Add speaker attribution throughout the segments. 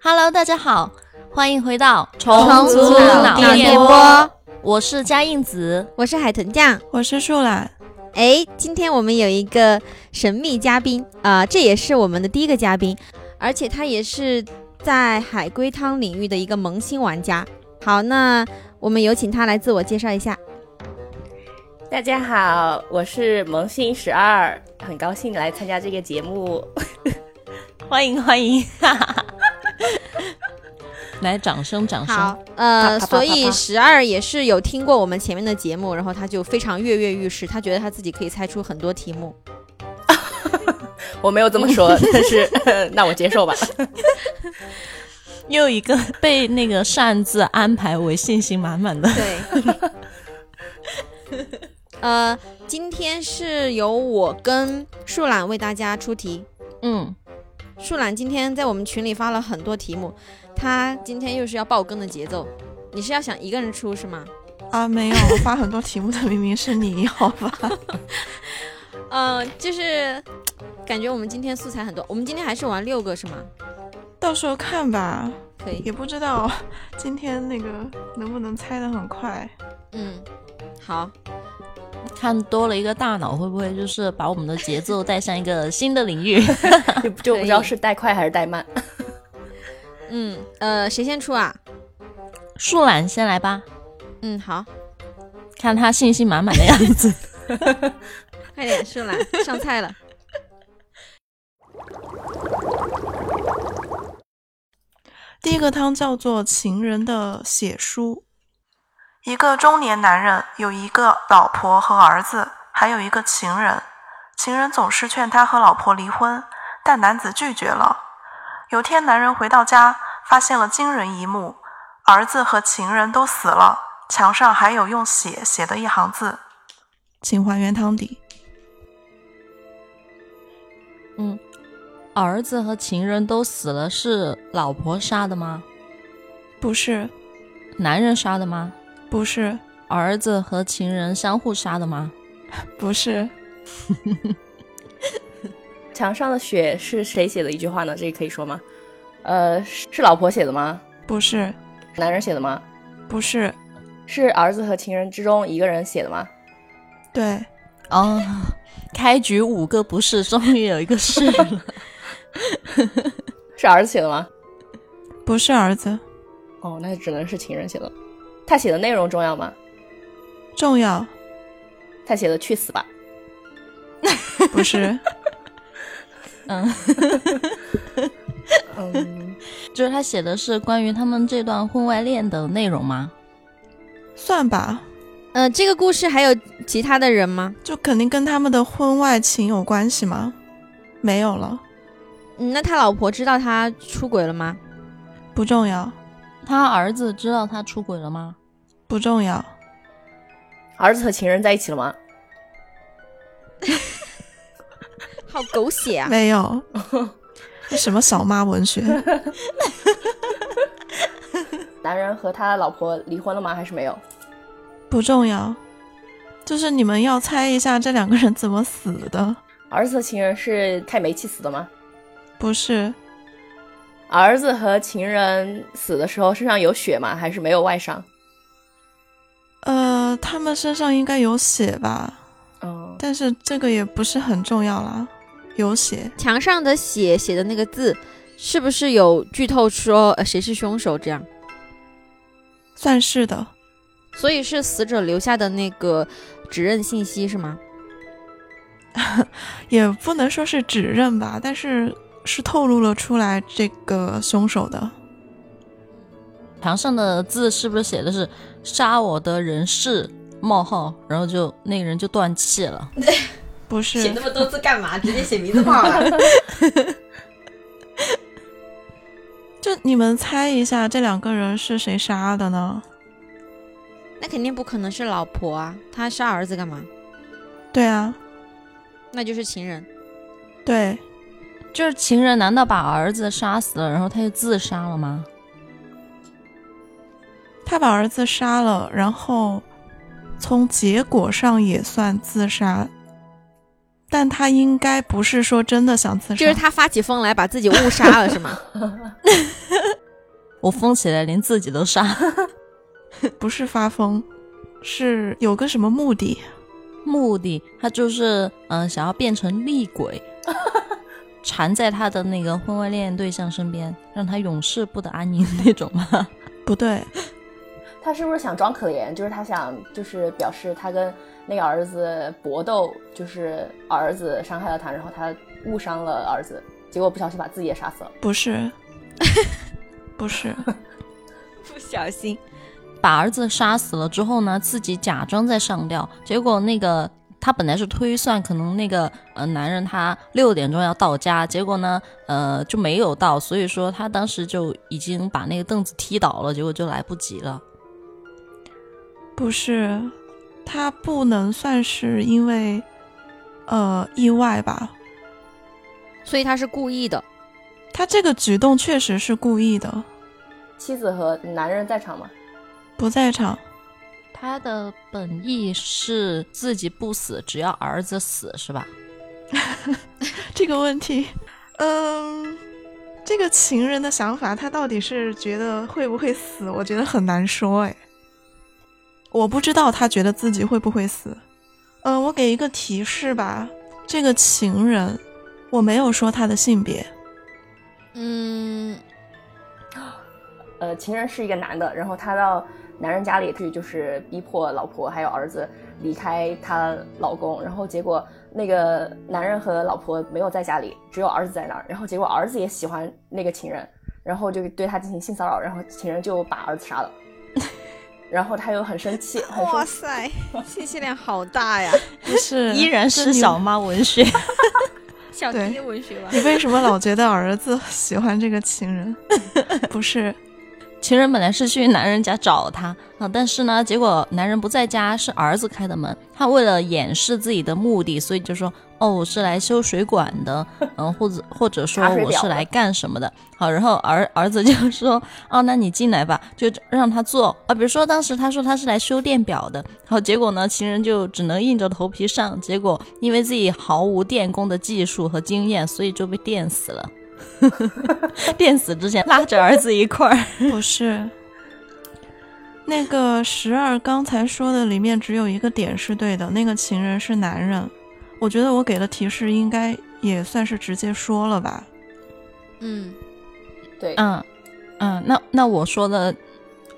Speaker 1: Hello，大家好，欢迎回到
Speaker 2: 重
Speaker 3: 组
Speaker 1: 脑
Speaker 3: 脑
Speaker 1: 电
Speaker 3: 电
Speaker 1: 波，我是佳印子。
Speaker 3: 我是海豚酱。
Speaker 2: 我是树懒，
Speaker 3: 哎，今天我们有一个神秘嘉宾啊、这也是我们的第一个嘉宾，而且他也是在海龟汤领域的一个萌新玩家。好，那我们有请他来自我介绍一下。
Speaker 4: 大家好，我是萌新十二，很高兴来参加这个节目。
Speaker 1: 欢迎欢迎， 来掌声掌声。，啪啪
Speaker 3: 呃，
Speaker 1: 啪啪
Speaker 3: 所以十二也是有听过我们前面的节目，然后他就非常跃跃欲试，他觉得他自己可以猜出很多题目。
Speaker 4: 我没有这么说，但是 那我接受吧。
Speaker 1: 又一个被那个擅自安排为信心满满的，
Speaker 3: 对。 呃，今天是由我跟树懒为大家出题，
Speaker 1: 嗯，
Speaker 3: 树懒今天在我们群里发了很多题目，他今天又是要爆更的节奏。你是要想一个人出是吗？
Speaker 2: 啊，没有，我发很多题目的明明是你，好吧？
Speaker 3: 嗯、就是感觉我们今天素材很多，我们今天还是玩六个是吗？
Speaker 2: 到时候看吧，
Speaker 3: 可以，
Speaker 2: 也不知道今天那个能不能猜得很快。
Speaker 3: 嗯，好，
Speaker 1: 看多了一个大脑，会不会就是把我们的节奏带向一个新的领 域？
Speaker 4: 就就不知道是带快还是带慢。
Speaker 3: 嗯，呃，谁先出啊？
Speaker 1: 树懒先来吧，
Speaker 3: 嗯，好，
Speaker 1: 看他信心满满的样子。
Speaker 3: 快点，树懒上菜了。
Speaker 2: 第一个汤叫做《情人的血书》。一个中年男人有一个老婆和儿子，还有一个情人。情人总是劝他和老婆离婚，但男子拒绝了。有天，男人回到家，发现了惊人一幕：儿子和情人都死了，墙上还有用血写的一行字。请还原汤底。
Speaker 1: 嗯， 儿子和情人都死了，是老婆杀的吗？
Speaker 2: 不是，
Speaker 1: 男人杀的吗？
Speaker 2: 不是，
Speaker 1: 儿子和情人相互杀的吗？
Speaker 2: 不是，
Speaker 4: 墙上的雪是谁写的一句话呢？这个可以说吗？呃，是是老婆写的吗？
Speaker 2: 不是，
Speaker 4: 男人写的吗？
Speaker 2: 不是，
Speaker 4: 是儿子和情人之中一个人写的吗？
Speaker 2: 对，
Speaker 1: 哦，开局五个不是，终于有一个是了。
Speaker 4: 是儿子写的吗？
Speaker 2: 不是儿子，
Speaker 4: 哦，那只能是情人写的。他写的内容重要吗？
Speaker 2: 重要，
Speaker 4: 他写的去死吧。
Speaker 2: 不是，
Speaker 1: 嗯，
Speaker 4: 嗯，
Speaker 1: 就是他写的是关于他们这段婚外恋的内容吗？
Speaker 2: 算吧，
Speaker 3: 呃，这个故事还有其他的人吗？
Speaker 2: 就肯定跟他们的婚外情有关系吗？没有了，
Speaker 3: 嗯，那他老婆知道他出轨了吗？
Speaker 2: 不重要，
Speaker 1: 他儿子知道他出轨了吗？
Speaker 2: 不重要，
Speaker 4: 儿子和情人在一起了吗？
Speaker 3: 好狗血 啊！
Speaker 2: 没有。这什么小妈文学？
Speaker 4: 男人和他老婆离婚了吗？还是没有？
Speaker 2: 不重要，就是你们要猜一下这两个人怎么死的？
Speaker 4: 儿子和情人是太煤气死的吗？
Speaker 2: 不是，
Speaker 4: 儿子和情人死的时候身上有血吗？还是没有外伤？
Speaker 2: 呃，他们身上应该有血吧，
Speaker 4: 嗯，
Speaker 2: 但是这个也不是很重要啦。有血，
Speaker 3: 墙上的血写的那个字，是不是有剧透说、呃、谁是凶手这样？
Speaker 2: 算是的，
Speaker 3: 所以是死者留下的那个指认信息是吗？
Speaker 2: 也不能说是指认吧，但是是透露了出来这个凶手的。
Speaker 1: 墙上的字是不是写的是“杀我的人是冒号”，然后就那个人就断气了。
Speaker 2: 不是，
Speaker 3: 么多字干嘛？直接写名字好了。
Speaker 2: 就你们猜一下，这两个人是谁杀的呢？
Speaker 3: 那肯定不可能是老婆啊，他杀儿子干嘛？
Speaker 2: 对啊，
Speaker 3: 那就是情人。
Speaker 2: 对，
Speaker 1: 就是情人难道把儿子杀死了，然后他就自杀了吗？
Speaker 2: 他把儿子杀了，然后从结果上也算自杀，但他应该不是说真的想自杀，
Speaker 3: 就是他发起疯来把自己误杀了是吗？
Speaker 1: 我疯起来连自己都杀。
Speaker 2: 不是发疯，是有个什么目的。
Speaker 1: 目的他就是嗯、呃想要变成厉鬼，缠在他的那个婚外恋对象身边，让他永世不得安宁那种嘛。
Speaker 2: 不对，
Speaker 4: 他是不是想装可怜？就是他想，就是表示他跟那个儿子搏斗，就是儿子伤害了他，然后他误伤了儿子，结果不小心把自己也杀死了。
Speaker 2: 不是，不是，
Speaker 3: 不小心，
Speaker 1: 把儿子杀死了之后呢，自己假装在上吊，结果那个他本来是推算可能那个呃男人他六点钟要到家，结果呢呃就没有到，所以说他当时就已经把那个凳子踢倒了，结果就来不及了。
Speaker 2: 不是，他不能算是因为呃意外吧？
Speaker 3: 所以他是故意的。
Speaker 2: 他这个举动确实是故意的，
Speaker 4: 妻子和男人在场吗？
Speaker 2: 不在场。
Speaker 1: 他的本意是自己不死，只要儿子死是吧？
Speaker 2: 这个问题，嗯，这个情人的想法，他到底是觉得会不会死？我觉得很难说，哎，我不知道他觉得自己会不会死。嗯，我给一个提示吧，这个情人，我没有说他的性别，
Speaker 3: 嗯，
Speaker 4: 呃，情人是一个男的，然后他到男人家里去，就是逼迫老婆还有儿子离开她老公，然后结果那个男人和老婆没有在家里，只有儿子在那儿，然后结果儿子也喜欢那个情人，然后就对他进行性骚扰，然后情人就把儿子杀了， 然后他又很生气，很生
Speaker 3: 哇
Speaker 4: 气，
Speaker 3: 塞，信息量好大 呀！
Speaker 2: 不 是
Speaker 1: 依然
Speaker 2: 这
Speaker 1: 是
Speaker 2: 你
Speaker 1: 小妈文学。
Speaker 3: 小
Speaker 2: 对
Speaker 3: 贴文学吧
Speaker 2: 你为什么老觉得儿子喜欢这个情人？不是，
Speaker 1: 情人本来是去男人家找她啊，但是呢，结果男人不在家，是儿子开的门。他为了掩饰自己的目的，所以就说：“哦，我是来修水管的，嗯， 或者或者说
Speaker 4: 查水
Speaker 1: 我
Speaker 4: 表
Speaker 1: 是
Speaker 4: 的
Speaker 1: 来干什么的。”好，然后儿儿子就说：“ 哦，那你进来吧，就让他坐啊。”比如说当时他说他是来修电表的，好，结果呢，情人就只能硬着头皮上，结果因为自己毫无电工的技术和经验，所以就被电死了。 电死之前拉着儿子一块儿。
Speaker 2: 不是。那个十二刚才说的里面只有一个点是对的，那个情人是男人。我觉得我给的提示应该也算是直接说了吧。
Speaker 3: 嗯，
Speaker 4: 对，
Speaker 1: 嗯，嗯，那那我说的，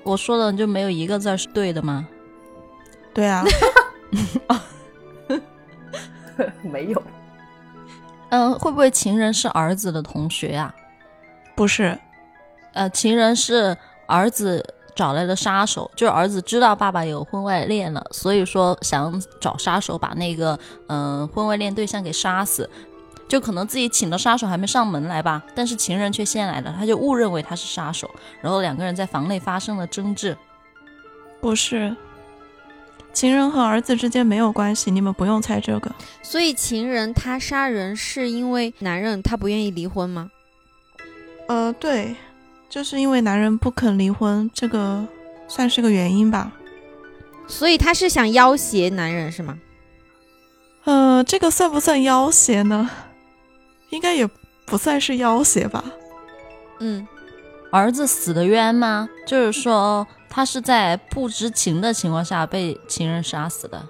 Speaker 1: 我说的就没有一个字儿是对的吗？
Speaker 2: 对啊，
Speaker 4: 没有，
Speaker 1: 嗯，会不会情人是儿子的同学啊？
Speaker 2: 不是，
Speaker 1: 呃，情人是儿子找来的杀手，就是儿子知道爸爸有婚外恋了，所以说想找杀手把那个嗯、呃婚外恋对象给杀死。就可能自己请的杀手还没上门来吧，但是情人却先来了，他就误认为他是杀手，然后两个人在房内发生了争执。
Speaker 2: 不是。情人和儿子之间没有关系，你们不用猜这个。
Speaker 3: 所以情人他杀人是因为男人他不愿意离婚吗？
Speaker 2: 呃，对，就是因为男人不肯离婚，这个算是个原因吧。
Speaker 3: 所以他是想要挟男人是吗？
Speaker 2: 呃，这个算不算要挟呢？应该也不算是要挟吧。
Speaker 3: 嗯，
Speaker 1: 儿子死的冤吗？就是说他是在不知情的情况下被情人杀死的。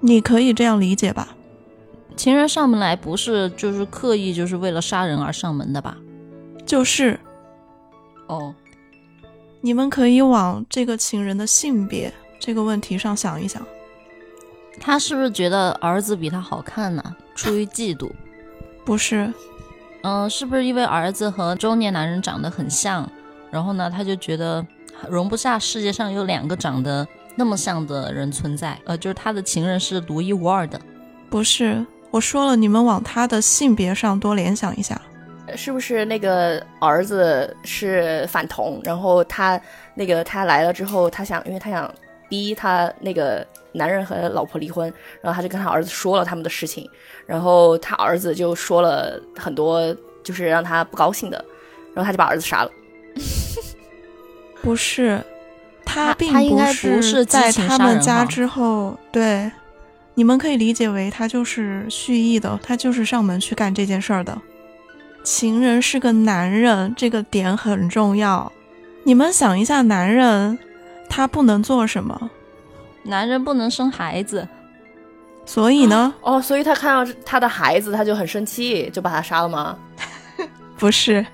Speaker 2: 你可以这样理解吧？
Speaker 1: 情人上门来不是就是刻意就是为了杀人而上门的吧？
Speaker 2: 就是
Speaker 1: 哦，
Speaker 2: 你们可以往这个情人的性别这个问题上想一想。
Speaker 1: 他是不是觉得儿子比他好看呢？出于嫉妒？
Speaker 2: 不是，
Speaker 1: 嗯，是不是因为儿子和中年男人长得很像，然后呢他就觉得容不下世界上有两个长得那么像的人存在？呃，就是他的情人是独一无二的。
Speaker 2: 不是，我说了，你们往他的性别上多联想一下。
Speaker 4: 是不是那个儿子是反同？然后他那个他来了之后，他想，因为他想逼他那个男人和老婆离婚，然后他就跟他儿子说了他们的事情，然后他儿子就说了很多就是让他不高兴的，然后他就把儿子杀了。
Speaker 2: 不是，他
Speaker 1: 他
Speaker 2: 并
Speaker 1: 他应该不
Speaker 2: 是
Speaker 1: 是
Speaker 2: 在
Speaker 1: 激情
Speaker 2: 他
Speaker 1: 杀
Speaker 2: 们
Speaker 1: 人
Speaker 2: 家
Speaker 1: 哈
Speaker 2: 之后，对，你们可以理解为他就是蓄意的，他就是上门去干这件事儿的。情人是个男人，这个点很重要。你们想一下，男人他不能做什么，
Speaker 1: 男人不能生孩子，
Speaker 2: 所以呢，
Speaker 4: 哦，所以他看到他的孩子，他就很生气，就把他杀了吗？
Speaker 2: 不是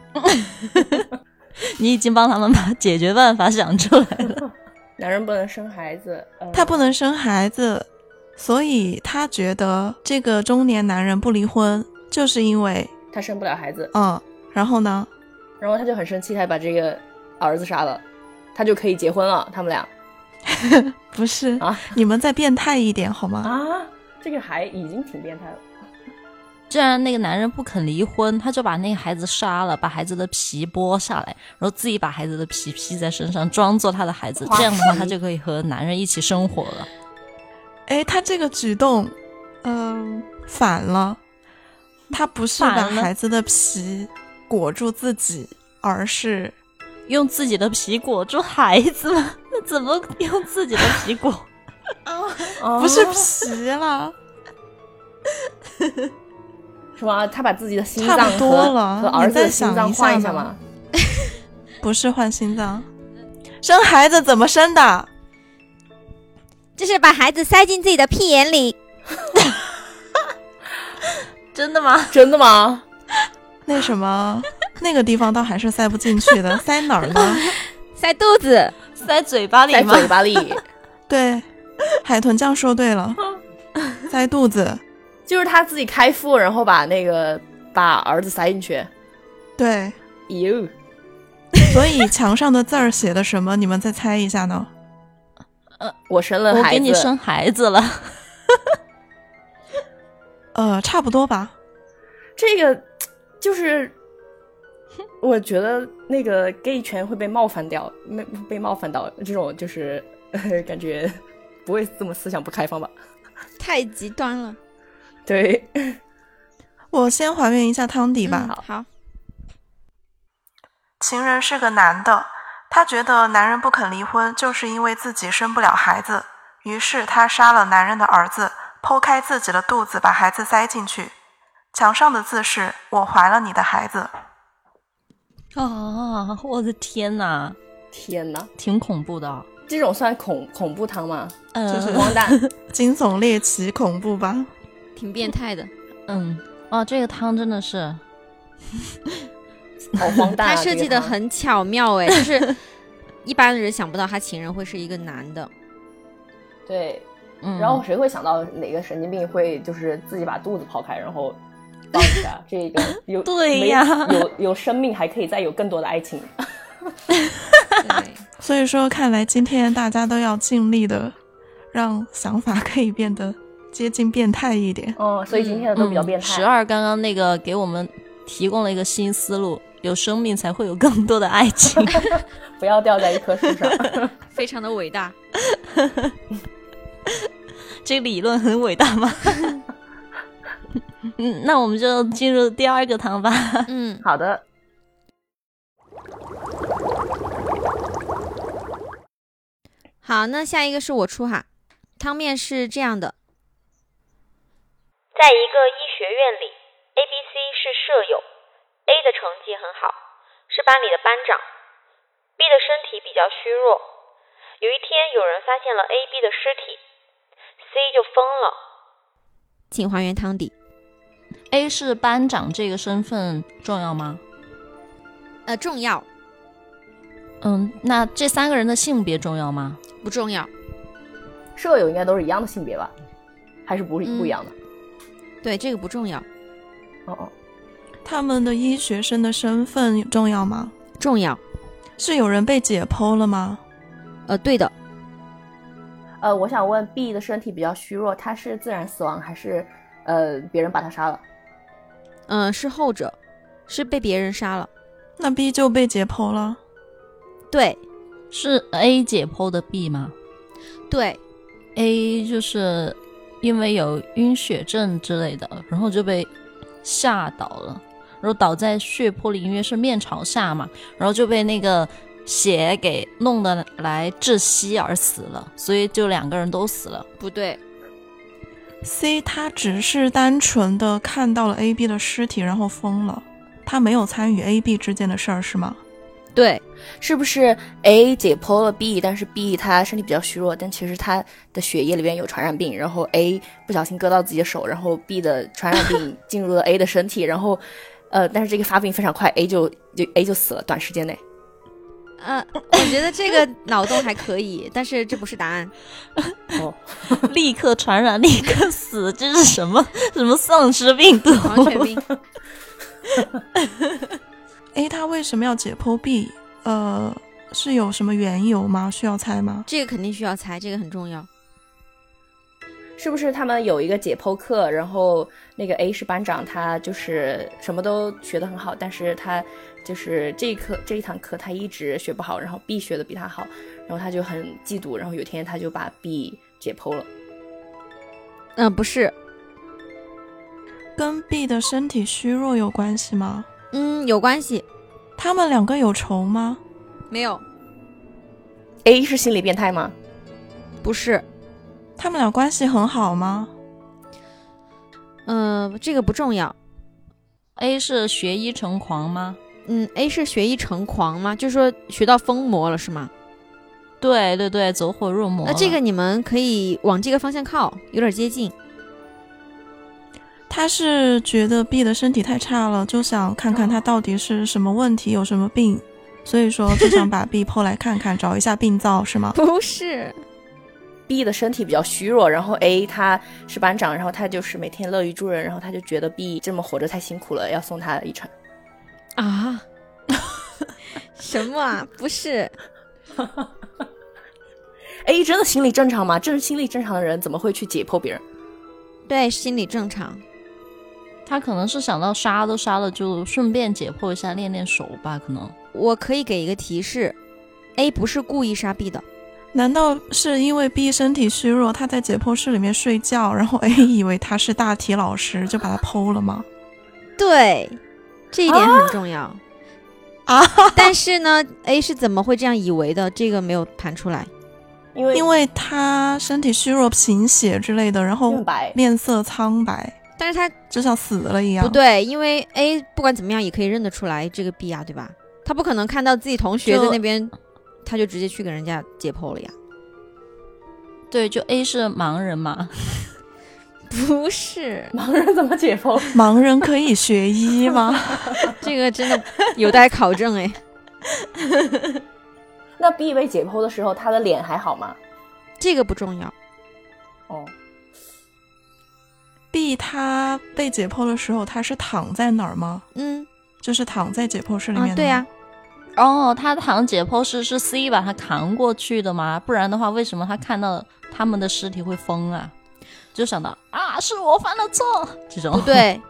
Speaker 1: 你已经帮他们把解决办法想出来了。
Speaker 4: 男人不能生孩子，呃
Speaker 2: 他不能生孩子，所以他觉得这个中年男人不离婚，就是因为
Speaker 4: 他生不了孩子，
Speaker 2: 嗯，然后呢，
Speaker 4: 然后他就很生气，他把这个儿子杀了，他就可以结婚了，他们俩
Speaker 2: 不是，
Speaker 4: 啊
Speaker 2: 你们再变态一点好吗？
Speaker 4: 啊，这个还已经挺变态了。
Speaker 1: 既然那个男人不肯离婚，他就把那个孩子杀了，把孩子的皮剥下来，然后自己把孩子的皮披在身上，装作他的孩子。
Speaker 4: 哇
Speaker 1: 这样的话，他就可以和男人一起生活了。
Speaker 2: 哎，他这个举动，嗯、反了，他不是把
Speaker 1: 反了
Speaker 2: 孩子的皮裹住自己，而是
Speaker 1: 用自己的皮裹住孩子吗？那怎么用自己的皮裹？
Speaker 4: 哦
Speaker 2: 不是皮了，
Speaker 4: 什么？他把自己的心
Speaker 2: 差
Speaker 4: 脏
Speaker 2: 不
Speaker 4: 和
Speaker 2: 多了
Speaker 4: 和儿
Speaker 2: 你
Speaker 4: 子
Speaker 2: 再
Speaker 4: 的心
Speaker 2: 想
Speaker 4: 脏
Speaker 2: 一
Speaker 4: 换
Speaker 2: 下
Speaker 4: 一下
Speaker 2: 嘛
Speaker 4: 吗？
Speaker 2: 不是换心脏，生孩子怎么生的？
Speaker 3: 就是把孩子塞进自己的屁眼里。
Speaker 1: 真的吗？
Speaker 4: 真的吗？
Speaker 2: 那什么，那个地方倒还是塞不进去的，塞哪儿呢？
Speaker 3: 塞肚子，
Speaker 1: 塞嘴巴里
Speaker 4: 在
Speaker 1: 吗？
Speaker 4: 嘴巴里，
Speaker 2: 对，海豚酱说 对了，塞肚子。
Speaker 4: 就是他自己开腹，然后把那个把儿子塞进去。
Speaker 2: 对，
Speaker 4: 哟，
Speaker 2: 所以墙上的字儿写的什么？你们再猜一下呢？
Speaker 4: 我生了
Speaker 1: 我
Speaker 4: 孩
Speaker 1: 给
Speaker 4: 子，
Speaker 1: 你生孩子了，
Speaker 2: 呃，差不多吧。
Speaker 4: 这个就是，我觉得那个 gay 圈会被冒犯掉，没被冒犯到，这种就是、 呃、感觉不会这么思想不开放吧？
Speaker 3: 太极端了。
Speaker 4: 对，
Speaker 2: 我先还原一下汤底吧。
Speaker 3: 嗯好，
Speaker 2: 情人是个男的，他觉得男人不肯离婚，就是因为自己生不了孩子，于是他杀了男人的儿子，剖开自己的肚子，把孩子塞进去。墙上的字是“我怀了你的孩子
Speaker 1: 啊！我的天哪，
Speaker 4: 天哪，
Speaker 1: 挺恐怖的。
Speaker 4: 这种算恐恐怖汤吗？
Speaker 1: 嗯、
Speaker 2: 就是
Speaker 4: 荒诞，”，
Speaker 2: 惊悚猎奇恐怖吧？
Speaker 3: 挺变态的。
Speaker 1: 嗯，哦，这个汤真的是
Speaker 4: 好荒诞、啊！
Speaker 3: 他设计
Speaker 4: 这个
Speaker 3: 的
Speaker 4: 汤
Speaker 3: 很巧妙，哎，就是 一般人想不到他情人会是一个男的。
Speaker 4: 对，
Speaker 1: 嗯，
Speaker 4: 然后谁会想到哪个神经病会就是自己把肚子刨开，然后放一下这个有
Speaker 1: 对
Speaker 4: 没
Speaker 1: 呀
Speaker 4: 有有生命还可以再有更多的爱情，
Speaker 3: 对，
Speaker 2: 所以说，看来今天大家都要尽力的让想法可以变得接近变态一点。
Speaker 4: 嗯，所以今天的都比较变态。
Speaker 1: 十二、12刚刚那个给我们提供了一个新思路，有生命才会有更多的爱 情。
Speaker 4: 不要掉在一棵树上。
Speaker 3: 非常的伟大。
Speaker 1: 这个理论很伟大吗？ 嗯，那我们就进入第二个汤吧。
Speaker 3: 嗯，
Speaker 4: 好的，
Speaker 3: 好，那下一个是我出哈。汤面是这样的，
Speaker 5: 在一个医学院里，A、B、C 是舍友，A 的成绩很好，是班里的班长，B 的身体比较虚弱。有一天，有人发现了 A、B 的尸体，C 就疯了。
Speaker 3: 请还原汤底。
Speaker 1: A 是班长这个身份重要吗？
Speaker 3: 呃，重要
Speaker 1: 嗯，那这三个人的性别重要吗？
Speaker 3: 不重要？
Speaker 4: 舍友应该都是一样的性别吧？还是不是
Speaker 3: 嗯
Speaker 4: 不一样的？
Speaker 3: 对，这个不重要，
Speaker 4: 哦哦，
Speaker 2: 他们的医学生的身份重要吗？
Speaker 3: 重要。
Speaker 2: 是有人被解剖了吗？
Speaker 3: 呃，对的，
Speaker 4: 呃，我想问 B 的身体比较虚弱，他是自然死亡还是呃别人把他杀了？
Speaker 3: 嗯、是后者，是被别人杀了。
Speaker 2: 那 B 就被解剖了。
Speaker 3: 对
Speaker 1: 是 A 解剖的 B 吗
Speaker 3: 对，
Speaker 1: ？A 就是因为有晕血症之类的，然后就被吓倒了，然后倒在血泊里，因为是面朝下嘛，然后就被那个血给弄得来窒息而死了，所以就两个人都死了。
Speaker 3: 不对，
Speaker 2: C 他只是单纯的看到了 A、B 的尸体，然后疯了，他没有参与 A、B 之间的事儿，是吗？
Speaker 3: 对，
Speaker 4: 是不是 A 解剖了 B，但是 B 他身体比较虚弱，但其实他的血液里边有传染病，然后 A 不小心割到自己的手，然后 B 的传染病进入了 A 的身体，然后，呃，但是这个发病非常快，A 就就 A 就死了，短时间内。
Speaker 3: 呃， 我觉得这个脑洞还可以，但是这不是答 案。
Speaker 4: 哦，
Speaker 1: 立刻传染，立刻死，这是什么什么丧尸病毒？
Speaker 3: 狂犬病，
Speaker 2: A 他为什么要解剖 B？呃，是有什么缘由吗？需要猜吗？
Speaker 3: 这个肯定需要猜，这个很 重要。
Speaker 4: 是不是他们有一个解剖课，然后那个 A 是班长，他就是什么都学得很好，但是他就是这一课这一堂课他一直学不好，然后 B 学的比他好，然后他就很嫉妒，然后有一天他就把 B 解剖了。
Speaker 3: 嗯、不是，
Speaker 2: 跟 B 的身体虚弱有关系吗？
Speaker 3: 嗯，有关系，
Speaker 2: 他们两个有仇吗？
Speaker 3: 没有，
Speaker 4: A 是心理变态吗？
Speaker 3: 不是，
Speaker 2: 他们俩关系很好吗？
Speaker 3: 嗯、这个不重要。
Speaker 1: A 是学医成狂吗？
Speaker 3: 嗯，A 是学医成狂吗？就是说学到疯魔了是吗？
Speaker 1: 对对对，走火入魔了。
Speaker 3: 那这个你们可以往这个方向靠，有点接近。
Speaker 2: 他是觉得 B 的身体太差了，就想看看他到底是什么问题，有什么病，所以说就想把 B 剖来看看，找一下病灶，是吗？
Speaker 3: 不是，
Speaker 4: B 的身体比较虚弱，然后 A 他是班长，然后他就是每天乐于助人，然后他就觉得 B 这么活着太辛苦了，要送他一程。
Speaker 3: 啊， 什么啊？不是，
Speaker 4: A 真的心理正常吗？这是心理正常的人怎么会去解剖别人？
Speaker 3: 对，心理正常。
Speaker 1: 他可能是想到杀都杀了，就顺便解剖一下练练手吧，可能。
Speaker 3: 我可以给一个提示，A 不是故意杀 B 的，
Speaker 2: 难道是因为 B 身体虚弱，他在解剖室里面睡觉，然后 A 以为他是大体老师，就把他剖了吗？
Speaker 3: 对，这一点很重要。
Speaker 2: 啊，
Speaker 3: 但是呢，A 是怎么会这样以为的？这个没有盘出来。
Speaker 4: 因为
Speaker 2: 因为他身体虚弱、贫血之类的，然后
Speaker 4: 变白
Speaker 2: 面色苍白，
Speaker 3: 但是他
Speaker 2: 就像死了一样。
Speaker 3: 不，对，因为 A 不管怎么样也可以认得出来这个 B 啊，对吧？他不可能看到自己同学在
Speaker 1: 就
Speaker 3: 那边，他就直接去给人家解剖了呀。
Speaker 1: 对，就 A 是盲人嘛，
Speaker 3: 不是，
Speaker 4: 盲人怎么解剖？
Speaker 2: 盲人可以学医吗？
Speaker 3: 这个真的有待考证哎。
Speaker 4: 那 B 被解剖的时候，他的脸还好吗？
Speaker 3: 这个不重要，
Speaker 4: 哦，
Speaker 2: B 他被解剖的时候，他是躺在哪儿吗？
Speaker 3: 嗯
Speaker 2: 就是躺在解剖室里面
Speaker 3: 啊，
Speaker 2: 的、
Speaker 3: 对呀、、
Speaker 1: 哦，他躺解剖室是 C 把他扛过去的嘛，不然的话，为什么他看到他们的尸体会疯啊？就想到啊，是我犯了错这种
Speaker 3: 不。对，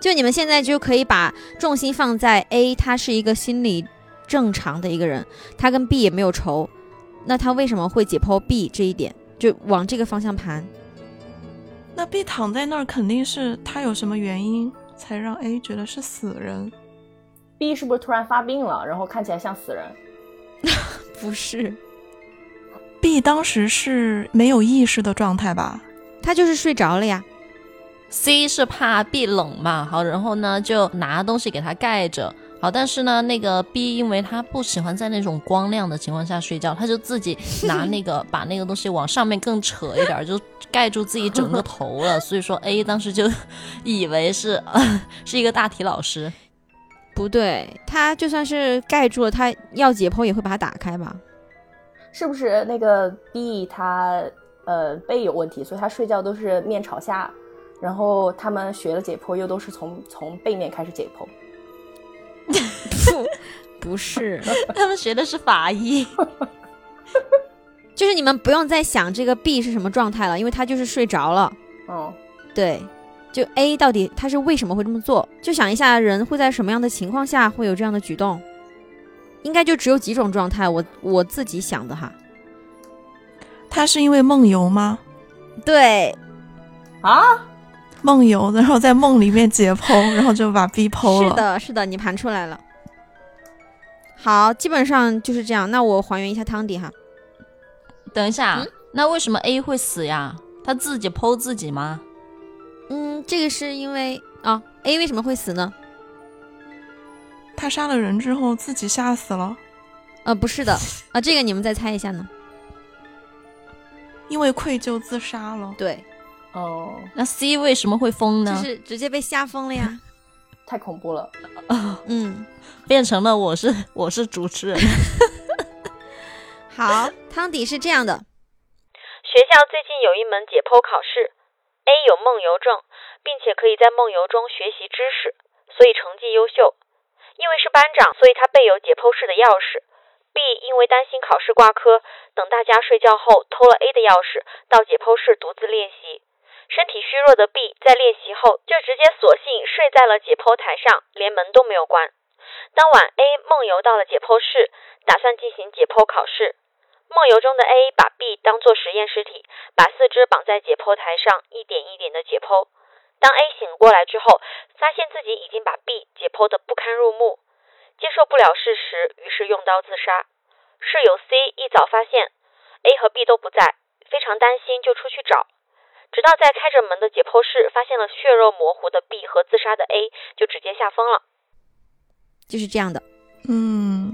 Speaker 3: 就你们现在就可以把重心放在 A，他是一个心理正常的一个人，他跟 B 也没有仇，那他为什么会解剖 B 这一点？就往这个方向盘。
Speaker 2: 那 B 躺在那儿，肯定是他有什么原因才让 A 觉得是死人。
Speaker 4: B 是不是突然发病了，然后看起来像死人？
Speaker 3: 不是，
Speaker 2: B 当时是没有意识的状态吧？
Speaker 3: 他就是睡着了呀。
Speaker 1: C 是怕 B 冷嘛，好，然后呢就拿东西给他盖着。好，但是呢，那个 B 因为他不喜欢在那种光亮的情况下睡觉，他就自己拿那个 把那个东西往上面更扯一点儿，就盖住自己整个头 了。所以说 A 当时就以为是、 是一个大体老师，
Speaker 3: 不对，他就算是盖住了，他要解剖也会把它打开吧？
Speaker 4: 是不是那个 B 他呃背有问题，所以他睡觉都是面朝下，然后他们学了解剖又都是从从背面开始解剖。
Speaker 3: 不， 不是，
Speaker 1: 他们学的是法医。
Speaker 3: 就是你们不用再想这个 B 是什么状态了，因为他就是睡着了。
Speaker 4: 嗯，
Speaker 3: 对，就 A 到底他是为什么会这么做？就想一下，人会在什么样的情况下会有这样的举动？应该就只有几种状态，我我自己想的哈。
Speaker 2: 他是因为梦游吗？
Speaker 3: 对，
Speaker 4: 啊，
Speaker 2: 梦游，然后在梦里面解剖，然后就把 B 剖了。
Speaker 3: 是的，是的，你盘出来了。好，基本上就是这样。那我还原一下汤底哈。
Speaker 1: 等一下，
Speaker 3: 嗯
Speaker 1: 那为什么 A 会死呀？他自己剖自己吗？
Speaker 3: 哦嗯，这个是因为啊、a 为什么会死呢？
Speaker 2: 他杀了人之后自己吓死了，
Speaker 3: 呃，不是的，啊、这个你们再猜一下呢？
Speaker 2: 因为愧疚自杀了。
Speaker 3: 对，
Speaker 4: 哦，
Speaker 1: 那 C 为什么会疯
Speaker 3: 就
Speaker 1: 呢？
Speaker 3: 是直接被吓疯了呀。
Speaker 4: 太恐 怖了。
Speaker 3: 嗯，
Speaker 1: 变成了我是 我是主持人，
Speaker 3: 好，汤底是这样的，
Speaker 5: 学校最近有一门解剖考试，A 有梦游症，并且可以在梦游中学习知识，所以成绩优秀。因为是班长，所以他备有解剖室的钥匙。B 因为担心考试挂科，等大家睡觉后偷了 A 的钥匙，到解剖室独自练习。身体虚弱的 B 在练习后就直接索性睡在了解剖台上，连门都没有关。当晚，A 梦游到了解剖室，打算进行解剖考试。梦游中的 A 把 B 当作实验尸体，把四肢绑在解剖台上，一点一点的解剖。当 A 醒过来之后，发现自己已经把 B 解剖的不堪入目，接受不了事实，于是用刀自杀。室友 C 一早发现 A 和 B 都不在，非常担心，就出去找。直到在开着门的解剖室发现了血肉模糊的 B 和自杀的 A，就直接吓疯了。
Speaker 3: 就是这样的，
Speaker 2: 嗯，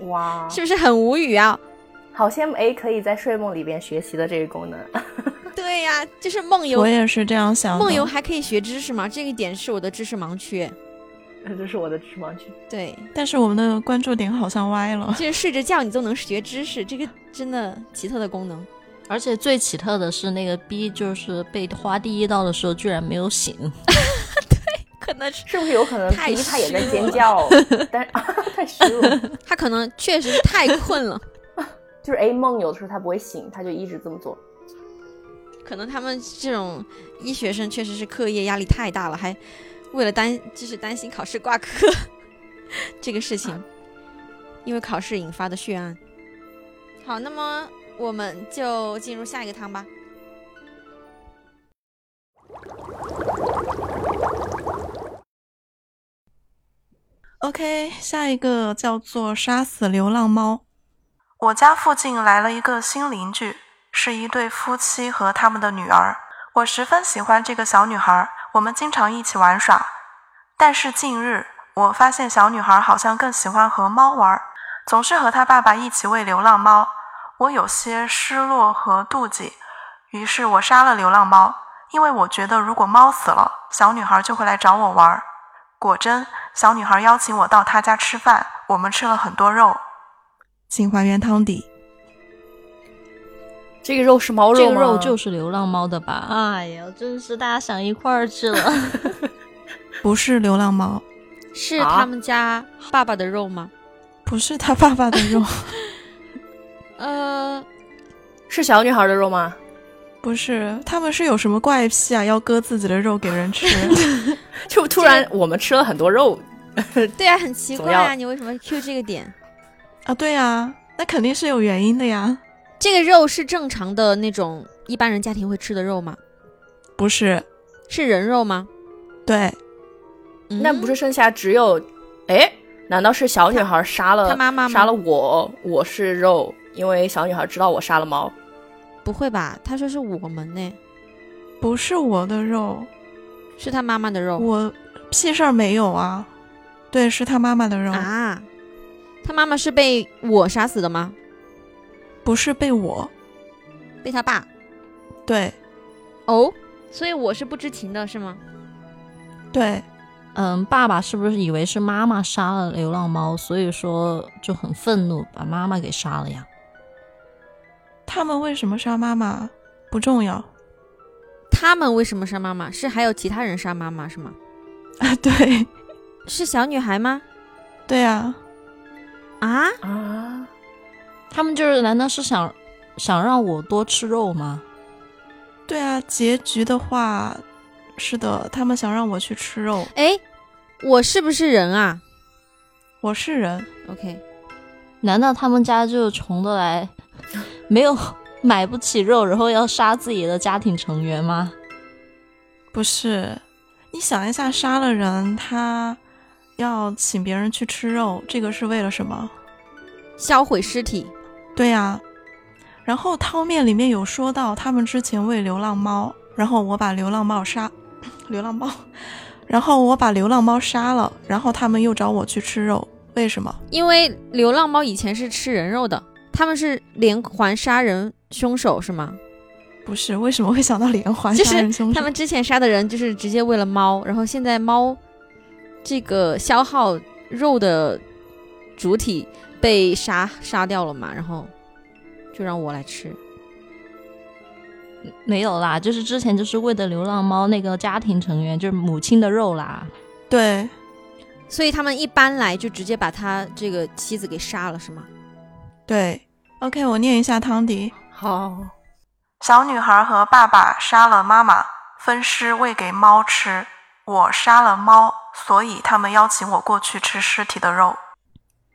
Speaker 4: 哇，
Speaker 3: 是不是很无语啊？
Speaker 4: 好羡慕 A 可以在睡梦里边学习的这个功能。
Speaker 3: 对呀、就是梦游
Speaker 2: 我，也是这样想的。
Speaker 3: 梦游还可以学知识吗？这一点是我的知识盲区。
Speaker 4: 这是我的直盲区。
Speaker 3: 对，
Speaker 2: 但是我们的关注点好像歪了。
Speaker 3: 就是睡着觉你都能学知识，这个真的奇特的功能。
Speaker 1: 而且最奇特的是，那个 B 就是被划第一刀的时候居然没有醒，
Speaker 3: 可能 是
Speaker 4: 是不是有可能
Speaker 3: 太
Speaker 4: B 他也在
Speaker 3: 虚
Speaker 4: 尖
Speaker 3: 了
Speaker 4: 叫，但是、啊、太虚弱了，
Speaker 3: 他可能确实是太困了，
Speaker 4: 就是 A 梦游的时候他不会醒，他就一直这么做。
Speaker 3: 可能他们这种医学生确实是课业压力太大了，还为了担就是担心考试挂科这个事情，因为考试引发的血案。好，那么我们就进入下一个汤吧。
Speaker 2: OK，下一个叫做杀死流浪猫。我家附近来了一个新邻居，是一对夫妻和他们的女儿。我十分喜欢这个小女孩，我们经常一起玩耍。但是近日，我发现小女孩好像更喜欢和猫玩，总是和她爸爸一起喂流浪猫。我有些失落和妒忌，于是我杀了流浪猫，因为我觉得如果猫死了，小女孩就会来找我玩儿。果真，小女孩邀请我到她家吃饭，我们吃了很多肉。请还原汤底。
Speaker 4: 这个肉是猫
Speaker 1: 这个
Speaker 4: 吗？
Speaker 1: 肉就是流浪猫的吧？哎呀，真是大家想一块儿去了。
Speaker 2: 不是流浪猫，
Speaker 3: 是
Speaker 4: 啊
Speaker 3: 他们家爸爸的肉吗？
Speaker 2: 不是他爸爸的 肉，
Speaker 3: 呃，
Speaker 4: 是小女孩的肉吗？
Speaker 2: 不是，他们是有什么怪癖啊？要割自己的肉给人吃？
Speaker 4: 就突然我们吃了很多肉，
Speaker 3: 对啊，很奇怪
Speaker 4: 总
Speaker 3: 啊，
Speaker 4: 要
Speaker 3: 你为什么 Q 这个点？
Speaker 2: 啊，对呀、那肯定是有原因的呀。
Speaker 3: 这个肉是正常的那种一般人家庭会吃的肉吗？
Speaker 2: 不是，
Speaker 3: 是人肉吗？
Speaker 2: 对，
Speaker 3: 嗯
Speaker 4: 那不是剩下只有，哎，难道是小女孩杀了
Speaker 3: 她妈妈吗
Speaker 4: 杀了我？我是肉，因为小女孩知道我杀了猫。
Speaker 3: 不会吧？他说是我们呢，
Speaker 2: 不是我的肉，
Speaker 3: 是他妈妈的肉
Speaker 2: 我屁事儿没有啊。对，是他妈妈的肉，
Speaker 3: 啊。他妈妈是被我杀死的吗？
Speaker 2: 不是被我。
Speaker 3: 被他爸
Speaker 2: 对
Speaker 3: 哦，所以我是不知情的，是吗？
Speaker 2: 对，
Speaker 1: 嗯，爸爸是不是以为是妈妈杀了流浪猫，所以说就很愤怒，把妈妈给杀了呀？
Speaker 2: 他们为什么杀妈妈不重要
Speaker 3: 他们为什么杀妈妈？是还有其他人杀妈妈是吗？
Speaker 2: 啊？对
Speaker 3: 是小女孩吗？
Speaker 2: 对啊，
Speaker 3: 啊，
Speaker 4: 啊，
Speaker 1: 他们就是难道是想想让我多吃肉吗？
Speaker 2: 对啊，结局的话，是的，他们想让我去吃肉。
Speaker 3: 哎，我是不是人啊
Speaker 2: 我是人，
Speaker 3: ？OK，
Speaker 1: 难道他们家就穷的来 没有买不起肉，然后要杀自己的家庭成员吗？
Speaker 2: 不是。你想一下，杀了人，他要请别人去吃肉，这个是为了什么？
Speaker 3: 销毁尸体，
Speaker 2: 对呀、然后汤面里面有说 到，他们之前喂流浪猫，然后我把流浪猫杀，流浪猫然后我把流浪猫杀了，然后他们又找我去吃肉，为什么？
Speaker 3: 因为流浪猫以前是吃人肉的，他们是连环杀人凶手是吗？
Speaker 2: 不是，为什么会想到连环
Speaker 3: 就
Speaker 2: 杀
Speaker 3: 是
Speaker 2: 人凶手？
Speaker 3: 他们之前杀的人就是直接为了猫，然后现在猫这个消耗肉的主体被杀杀掉了嘛，然后就让我来吃。
Speaker 1: 没有啦，就是之前就是为的流浪猫那个家庭成员，就是母亲的肉啦。
Speaker 2: 对
Speaker 3: 所以他们一般来就直接把他这个妻子给杀了，是吗？
Speaker 2: 对，OK，我念一下汤迪。
Speaker 4: 好，
Speaker 2: 小女孩和爸爸杀了妈妈，分尸喂给猫吃。我杀了猫，所以他们邀请我过去吃尸体的肉。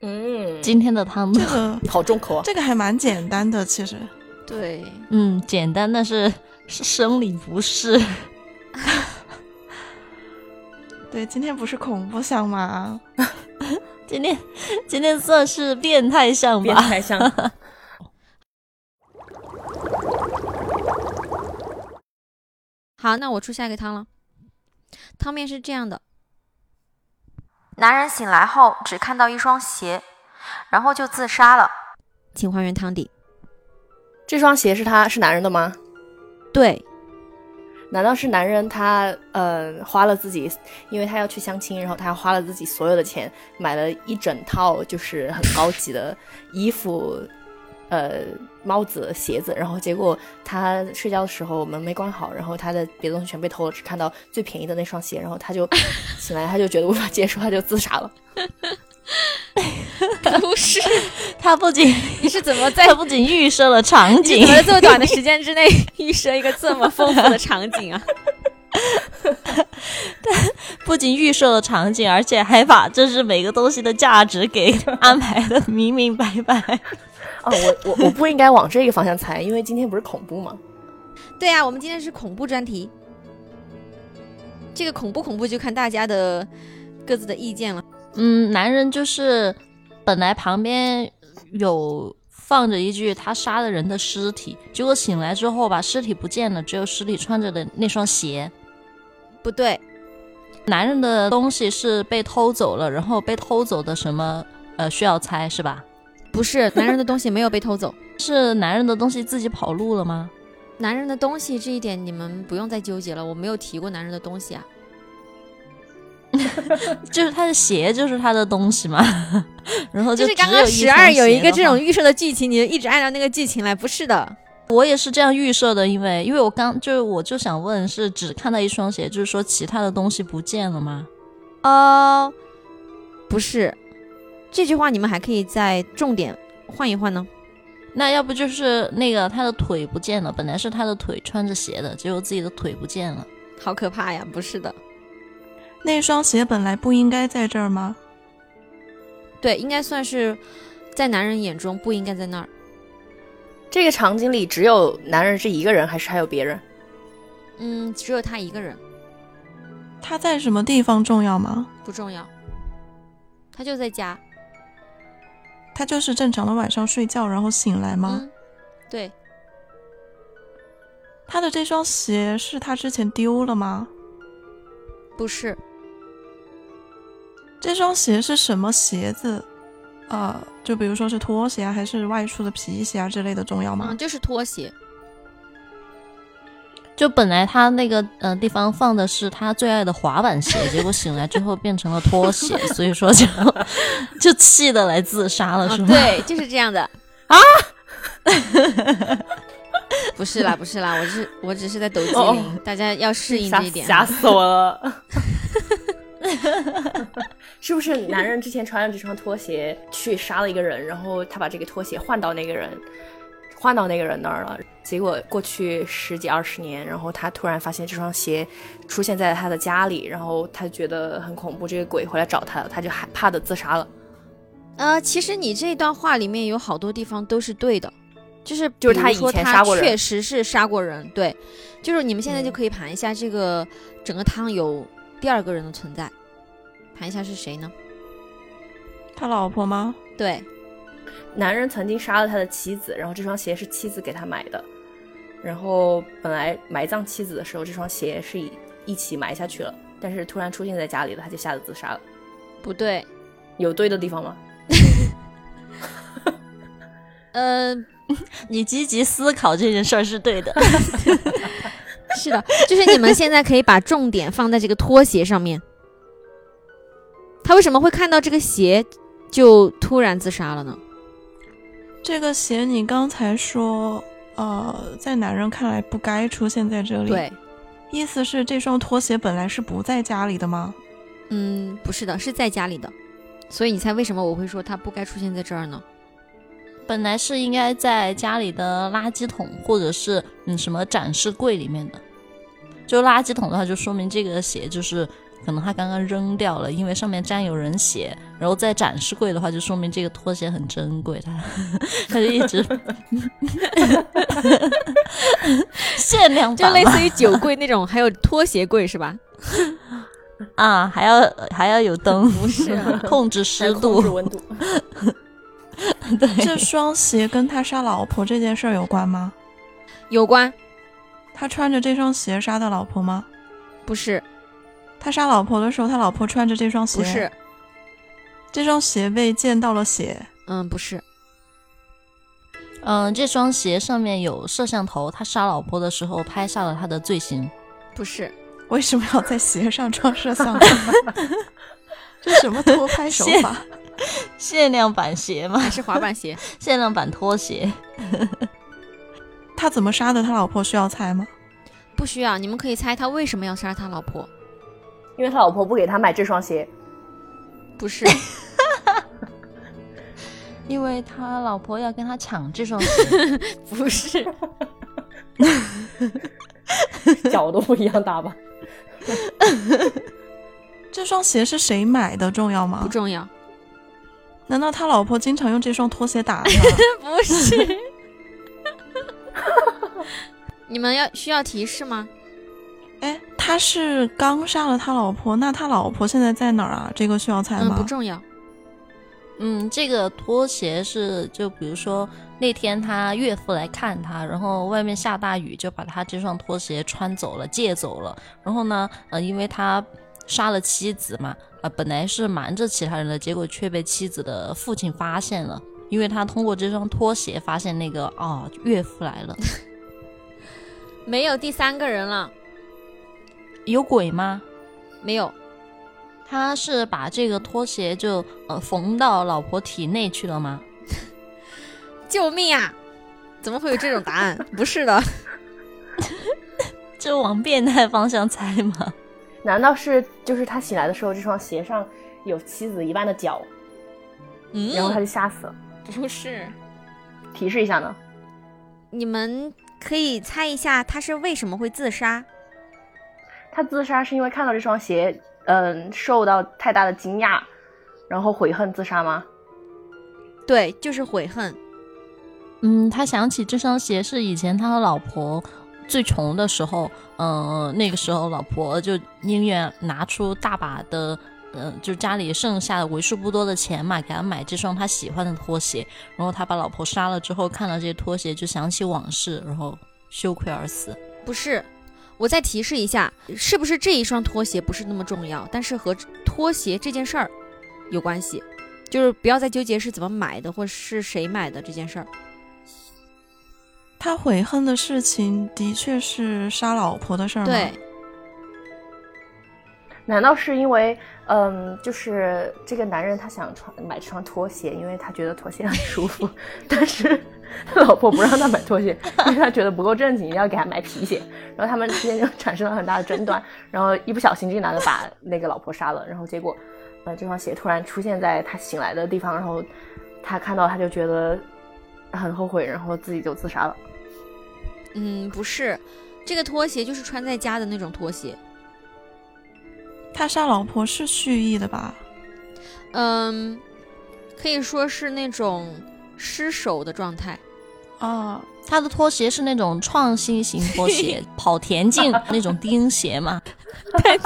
Speaker 4: 嗯，
Speaker 1: 今天的汤，
Speaker 2: 这个
Speaker 4: 好重口啊！
Speaker 2: 这个还蛮简单的，其实。
Speaker 3: 对，
Speaker 1: 嗯，简单，但是是生理不适。
Speaker 2: 对，今天不是恐怖项啊吗？
Speaker 1: 今天今天算是变态向
Speaker 4: 变
Speaker 1: 吧？
Speaker 4: 态像，
Speaker 3: 好，那我出下一个汤了。汤面是这样的，
Speaker 5: 男人醒来后只看到一双鞋，然后就自杀了。
Speaker 3: 请还原汤底。
Speaker 4: 这双鞋是他是男人的吗？
Speaker 3: 对，
Speaker 4: 难道是男人他呃花了自己，因为他要去相亲，然后他花了自己所有的钱买了一整套就是很高级的衣服、呃帽子、鞋子，然后结果他睡觉的时候门没关好，然后他的别的东西全被偷了，只看到最便宜的那双鞋，然后 他就醒来，他就觉得无法接受，他就自杀了。
Speaker 3: 不是，
Speaker 1: 他不 仅
Speaker 3: 你是怎么在
Speaker 1: 他不仅预设了场
Speaker 3: 你
Speaker 1: 景
Speaker 3: 怎 么，在这么短的时间之内预设一个这么丰富的场景啊？
Speaker 1: 不仅预设了场景，而且还把就是每个东西的价值 给安排的明明白白。
Speaker 4: 啊，我我我不应该往这个方向猜，因为今天不是恐怖吗？
Speaker 3: 对啊，我们今天是恐怖专题，这个恐怖恐怖就看大家的各自的意见了。
Speaker 1: 嗯，男人就是本来旁边有放着一具他杀了人的尸体，结果醒来之后吧，尸体不见了，只有尸体穿着的那双鞋。
Speaker 3: 不对，
Speaker 1: 男人的东西是被偷走了，然后被偷走的什么？呃，需要猜是吧？
Speaker 3: 不是，男人的东西没有被偷走，
Speaker 1: 是男人的东西自己跑路了吗？
Speaker 3: 男人的东西这一点你们不用再纠结了，我没有提过男人的东西啊。
Speaker 1: 就是他的鞋，就是他的东西嘛。 然后
Speaker 3: 就是
Speaker 1: 只
Speaker 3: 刚刚
Speaker 1: 有一
Speaker 3: 十
Speaker 1: 双
Speaker 3: 二有
Speaker 1: 鞋
Speaker 3: 一个
Speaker 1: 的
Speaker 3: 这
Speaker 1: 话
Speaker 3: 种预设的剧情，你就一直按照那个剧情来，不是的。
Speaker 1: 我也是这样预设的，因为因为我刚就是我就想问，是只看到一双鞋，就是说其他的东西不见了吗？
Speaker 3: 哦，不是，这句话你们还可以再重点换一换呢。
Speaker 1: 那要不就是那个他的腿不见了，本来是他的腿穿着鞋的，结果自己的腿不见了。
Speaker 3: 好可怕呀！不是的，
Speaker 2: 那双鞋本来不应该在这儿吗？
Speaker 3: 对，应该算是在男人眼中不应该在那儿。
Speaker 4: 这个场景里只有男人是一个人，还是还有别人？
Speaker 3: 嗯，只有他一个人，
Speaker 2: 它在什么地方重要吗？
Speaker 3: 不重要。他就在家。
Speaker 2: 它就是正常的晚上睡觉，然后醒来吗？
Speaker 3: 嗯，对，
Speaker 2: 它的这双鞋是它之前丢了吗？
Speaker 3: 不是，
Speaker 2: 这双鞋是什么鞋子？呃，就比如说是拖鞋啊，还是外出的皮鞋啊之类的重要吗
Speaker 3: 嗯，？就是拖鞋。
Speaker 1: 就本来他那个呃地方放的是他最爱的滑板鞋，结果醒来之后变成了拖鞋，所以说就 就气的来自杀了，
Speaker 3: 啊
Speaker 1: 是吗？
Speaker 3: 对，就是这样的啊。不是啦，不是啦，我是我只是在抖机
Speaker 4: 哦
Speaker 3: 灵，大家要适应
Speaker 4: 吓
Speaker 3: 这一点。
Speaker 4: 吓死我了！ 是不是男人之前穿着这双拖鞋去杀了一个人，然后他把这个拖鞋换到那个人，换到那个人那儿了？结果过去十几二十年，然后他突然发现这双鞋出现在他的家里，然后他觉得很恐怖，这个鬼回来找他了，他就害怕的自杀了。
Speaker 3: 呃，其实你这段话里面有好多地方都是对的，就是比
Speaker 4: 就是
Speaker 3: 如
Speaker 4: 他以
Speaker 3: 说
Speaker 4: 前
Speaker 3: 他
Speaker 4: 杀过人
Speaker 3: 确实是杀过人，对，就是你们现在就
Speaker 4: 嗯
Speaker 3: 可以盘一下这个整个汤有第二个人的存在，盘一下是谁呢？
Speaker 2: 他老婆吗？
Speaker 3: 对，
Speaker 4: 男人曾经杀了他的妻子，然后这双鞋是妻子给他买的，然后本来埋葬妻子的时候，这双鞋是一一起埋下去了。但是突然出现在家里了，他就吓得自杀了。
Speaker 3: 不对，
Speaker 4: 有对的地方吗？
Speaker 3: 呃，
Speaker 1: 你积极思考这件事儿是对的。
Speaker 3: 是的，就是你们现在可以把重点放在这个拖鞋上面。他为什么会看到这个鞋就突然自杀了呢？
Speaker 2: 这个鞋你刚才说，呃，在男人看来不该出现在这里，，
Speaker 3: 对，
Speaker 2: 意思是这双拖鞋本来是不在家里 的吗？
Speaker 3: 嗯，不是的，是在家里的，所以你猜为什么我会说他不该出现在这儿呢？
Speaker 1: 本来是应该在家里的垃圾桶或者是嗯什么展示柜里面的，就垃圾桶的话，就说明这个鞋就是可能他刚刚扔掉了，因为上面沾有人血。然后在展示柜的话，就说明这个拖鞋很珍贵，他他就一直限量
Speaker 3: 就
Speaker 1: 版
Speaker 3: 类
Speaker 1: 嘛
Speaker 3: 似于酒柜那种，还有拖鞋柜是吧？
Speaker 1: 啊，还要还要有灯，
Speaker 3: 不是 啊
Speaker 1: 控制湿
Speaker 4: 控制
Speaker 1: 度，
Speaker 4: 温度。
Speaker 2: 这双鞋跟他杀老婆这件事儿有关吗？
Speaker 3: 有关，
Speaker 2: 他穿着这双鞋杀的老婆吗？
Speaker 3: 不是，
Speaker 2: 他杀老婆的时候，他老婆穿着这双鞋，
Speaker 3: 不是，
Speaker 2: 这双鞋被溅到了血，
Speaker 3: 嗯，不是，
Speaker 1: 嗯，这双鞋上面有摄像头，他杀老婆的时候拍下了他的罪行。
Speaker 3: 不是，
Speaker 2: 为什么要在鞋上装摄像头？ 这什么偷拍手法？
Speaker 1: 限量版鞋吗？
Speaker 3: 还是滑板鞋？
Speaker 1: 限量版拖鞋。
Speaker 2: 他怎么杀的？他老婆需要猜吗？
Speaker 3: 不需要，你们可以猜他为什么要杀他老婆？
Speaker 4: 因为他老婆不给他买这双鞋，
Speaker 3: 不是，
Speaker 1: 因为他老婆要跟他抢这双 鞋，
Speaker 3: 不是，
Speaker 4: 脚都不一样大吧？
Speaker 2: 这双鞋是谁买的重要
Speaker 3: 不
Speaker 2: 吗？
Speaker 3: 重要，
Speaker 2: 难道他老婆经常用这双拖鞋打他？
Speaker 3: 不是。 你们要需要提示吗？
Speaker 2: 哎，他是刚杀了他老婆，那他老婆现在在哪儿啊？这个需要猜
Speaker 3: 嗯，
Speaker 2: 吗？
Speaker 3: 不重要，
Speaker 1: 嗯，这个拖鞋是就比如说那天他岳父来看他，然后外面下大雨，就把他这双拖鞋穿走了，借走了。然后呢，呃，因为他杀了妻子嘛，呃，本来是瞒着其他人的，结果却被妻子的父亲发现了，因为他通过这双拖鞋发现那个哦，岳父来了，
Speaker 3: 没有第三个人了，
Speaker 1: 有鬼吗？
Speaker 3: 没有，
Speaker 1: 他是把这个拖鞋就呃缝到老婆体内去了吗？
Speaker 3: 救命啊！怎么会有这种答案？不是的，
Speaker 1: 就往变态方向猜吗？
Speaker 4: 难道是就是他醒来的时候，这双鞋上有妻子一半的脚，然后他
Speaker 3: 嗯，
Speaker 4: 就吓死了？
Speaker 3: 不是。
Speaker 4: 提示一下呢？
Speaker 3: 你们可以猜一下他是为什么会自杀？
Speaker 4: 他自杀是因为看到这双鞋，嗯、受到太大的惊讶，然后悔恨自杀吗？
Speaker 3: 对，就是悔恨。
Speaker 1: 嗯，他想起这双鞋是以前他和老婆最穷的时候，呃，那个时候老婆就宁愿拿出大把的。呃，就家里剩下的为数不多的钱嘛，给他买这双他喜欢的拖鞋。然后他把老婆杀了之后，看到这些拖鞋就想起往事，然后羞愧而死。
Speaker 3: 不是，我再提示一下，是不是这一双拖鞋不是那么重要，但是和拖鞋这件事儿有关系，就是不要再纠结是怎么买的或是谁买的这件事儿。
Speaker 2: 他悔恨的事情的确是杀老婆的事儿吗？
Speaker 3: 对，，
Speaker 4: 难道是因为，嗯，就是这个男人他想穿买这双拖鞋，因为他觉得拖鞋很舒服，但是他老婆不让他买拖鞋，因为他觉得不够正经，一定要给他买皮鞋。然后他们之间就产生了很大的争端，然后一不小心这个男的把那个老婆杀了，然后结果，呃，这双鞋突然出现在他醒来的地方，然后他看到他就觉得很后悔，然后自己就自杀了。
Speaker 3: 嗯，不是，这个拖鞋就是穿在家的那种拖鞋。
Speaker 2: 他杀老婆是蓄意的吧？
Speaker 3: 嗯，可以说是那种失手的状态。哦
Speaker 2: 啊，
Speaker 1: 他的拖鞋是那种创新型拖 鞋，跑田径那种钉鞋嘛。 他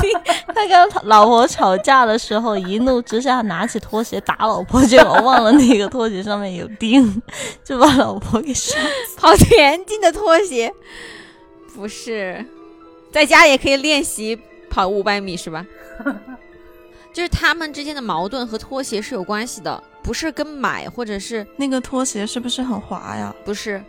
Speaker 1: 他跟他老婆吵架的时候，一怒之下拿起拖鞋打老婆，结果忘了那个拖鞋上面有钉，就把老婆给杀死。
Speaker 3: 跑田径的拖鞋，不是，在家也可以练习跑五百米是吧？就是他们之间的矛盾和拖鞋是有关系的，不是跟买或者是
Speaker 2: 那个拖鞋是不是很滑呀？
Speaker 3: 不是？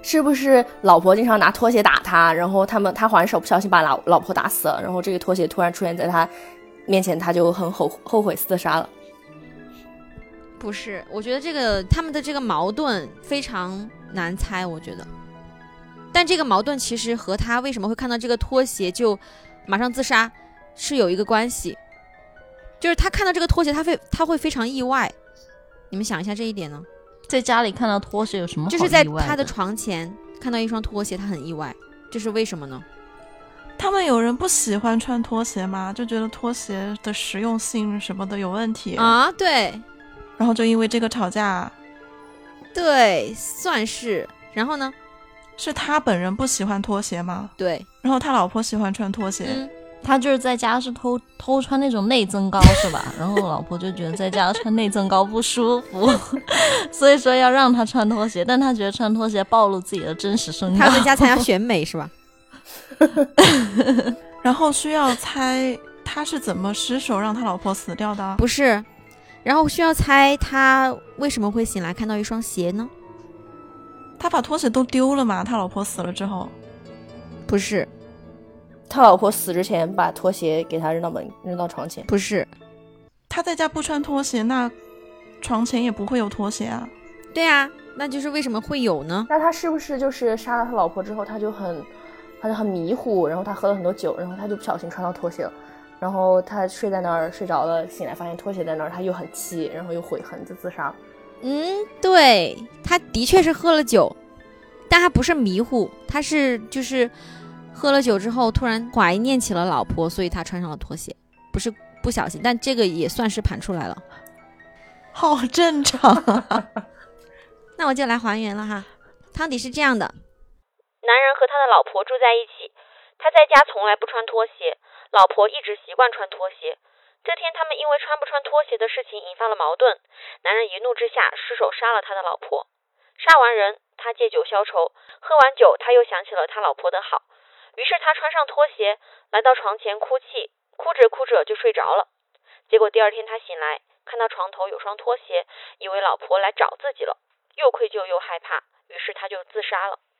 Speaker 4: 是不是老婆经常拿拖鞋打他，然后他们他还手不小心把老老婆打死了，然后这个拖鞋突然出现在他面前，他就很后后悔自杀了。
Speaker 3: 不是，我觉得这个他们的这个矛盾非常难猜，我觉得。但这个矛盾其实和他为什么会看到这个拖鞋就马上自杀是有一个关系，就是他看到这个拖鞋，他会他会非常意外。你们想一下这一点呢？
Speaker 1: 在家里看到拖鞋有什么好
Speaker 3: 就是在
Speaker 1: 意外
Speaker 3: 他
Speaker 1: 的
Speaker 3: 的床前看到一双拖鞋，他很意外，这是为什么呢？
Speaker 2: 他们有人不喜欢穿拖鞋吗？就觉得拖鞋的实用性什么的有问题，
Speaker 3: 啊，对
Speaker 2: 然后就因为这个吵架。
Speaker 3: 对，算是。然后呢？
Speaker 2: 是他本人不喜欢拖鞋吗？
Speaker 3: 对，
Speaker 2: 然后他老婆喜欢穿拖鞋，
Speaker 3: 嗯，
Speaker 1: 他就是在家是偷偷穿那种内增高是吧？ 然后老婆就觉得在家穿内增高不舒服，所以说要让他穿拖鞋，但他觉得穿拖鞋暴露自己的真实身高
Speaker 3: 嗯他。回家参加选 美是吧？
Speaker 2: 然后需要猜他是怎么失手让他老婆死掉的。啊
Speaker 3: 不是，然后需要猜他为什么会醒来看到一双鞋呢？
Speaker 2: 他把拖鞋都丢了嘛？他老婆死了之后，
Speaker 3: 不是，
Speaker 4: 他老婆死之前把拖鞋给他扔到门扔到床前，
Speaker 3: 不是，
Speaker 2: 他在家不穿拖鞋，那床前也不会有拖鞋啊。
Speaker 3: 对啊，那就是为什么会有呢？
Speaker 4: 那他是不是就是杀了他老婆之后，他就很，他就很迷糊，然后他喝了很多酒，然后他就不小心穿到拖鞋了，然后他睡在那儿睡着了，醒来发现拖鞋在那儿，他又很气，然后又悔恨，就自杀了。
Speaker 3: 嗯，对，他的确是喝了酒，但他不是迷糊，他是就是喝了酒之后突然怀念起了老婆，所以他穿上了拖鞋，不是不小心，但这个也算是盘出来了。
Speaker 2: 好正常啊！
Speaker 3: 那我就来还原了哈，汤底是这样的，
Speaker 5: 男人和他的老婆住在一起，他在家从来不穿拖鞋，老婆一直习惯穿拖鞋。这天，他们因为穿不穿拖鞋的事情引发了矛盾，男人一怒之下失手杀了他的老婆。杀完人，他借酒消愁，喝完酒，他又想起了他老婆的好，于是他穿上拖鞋，来到床前哭泣，哭着哭着就睡着了。结果第二天他醒来，看到床头有双拖鞋，以为老婆来找自己了，又愧疚又害怕，于是他就自杀了。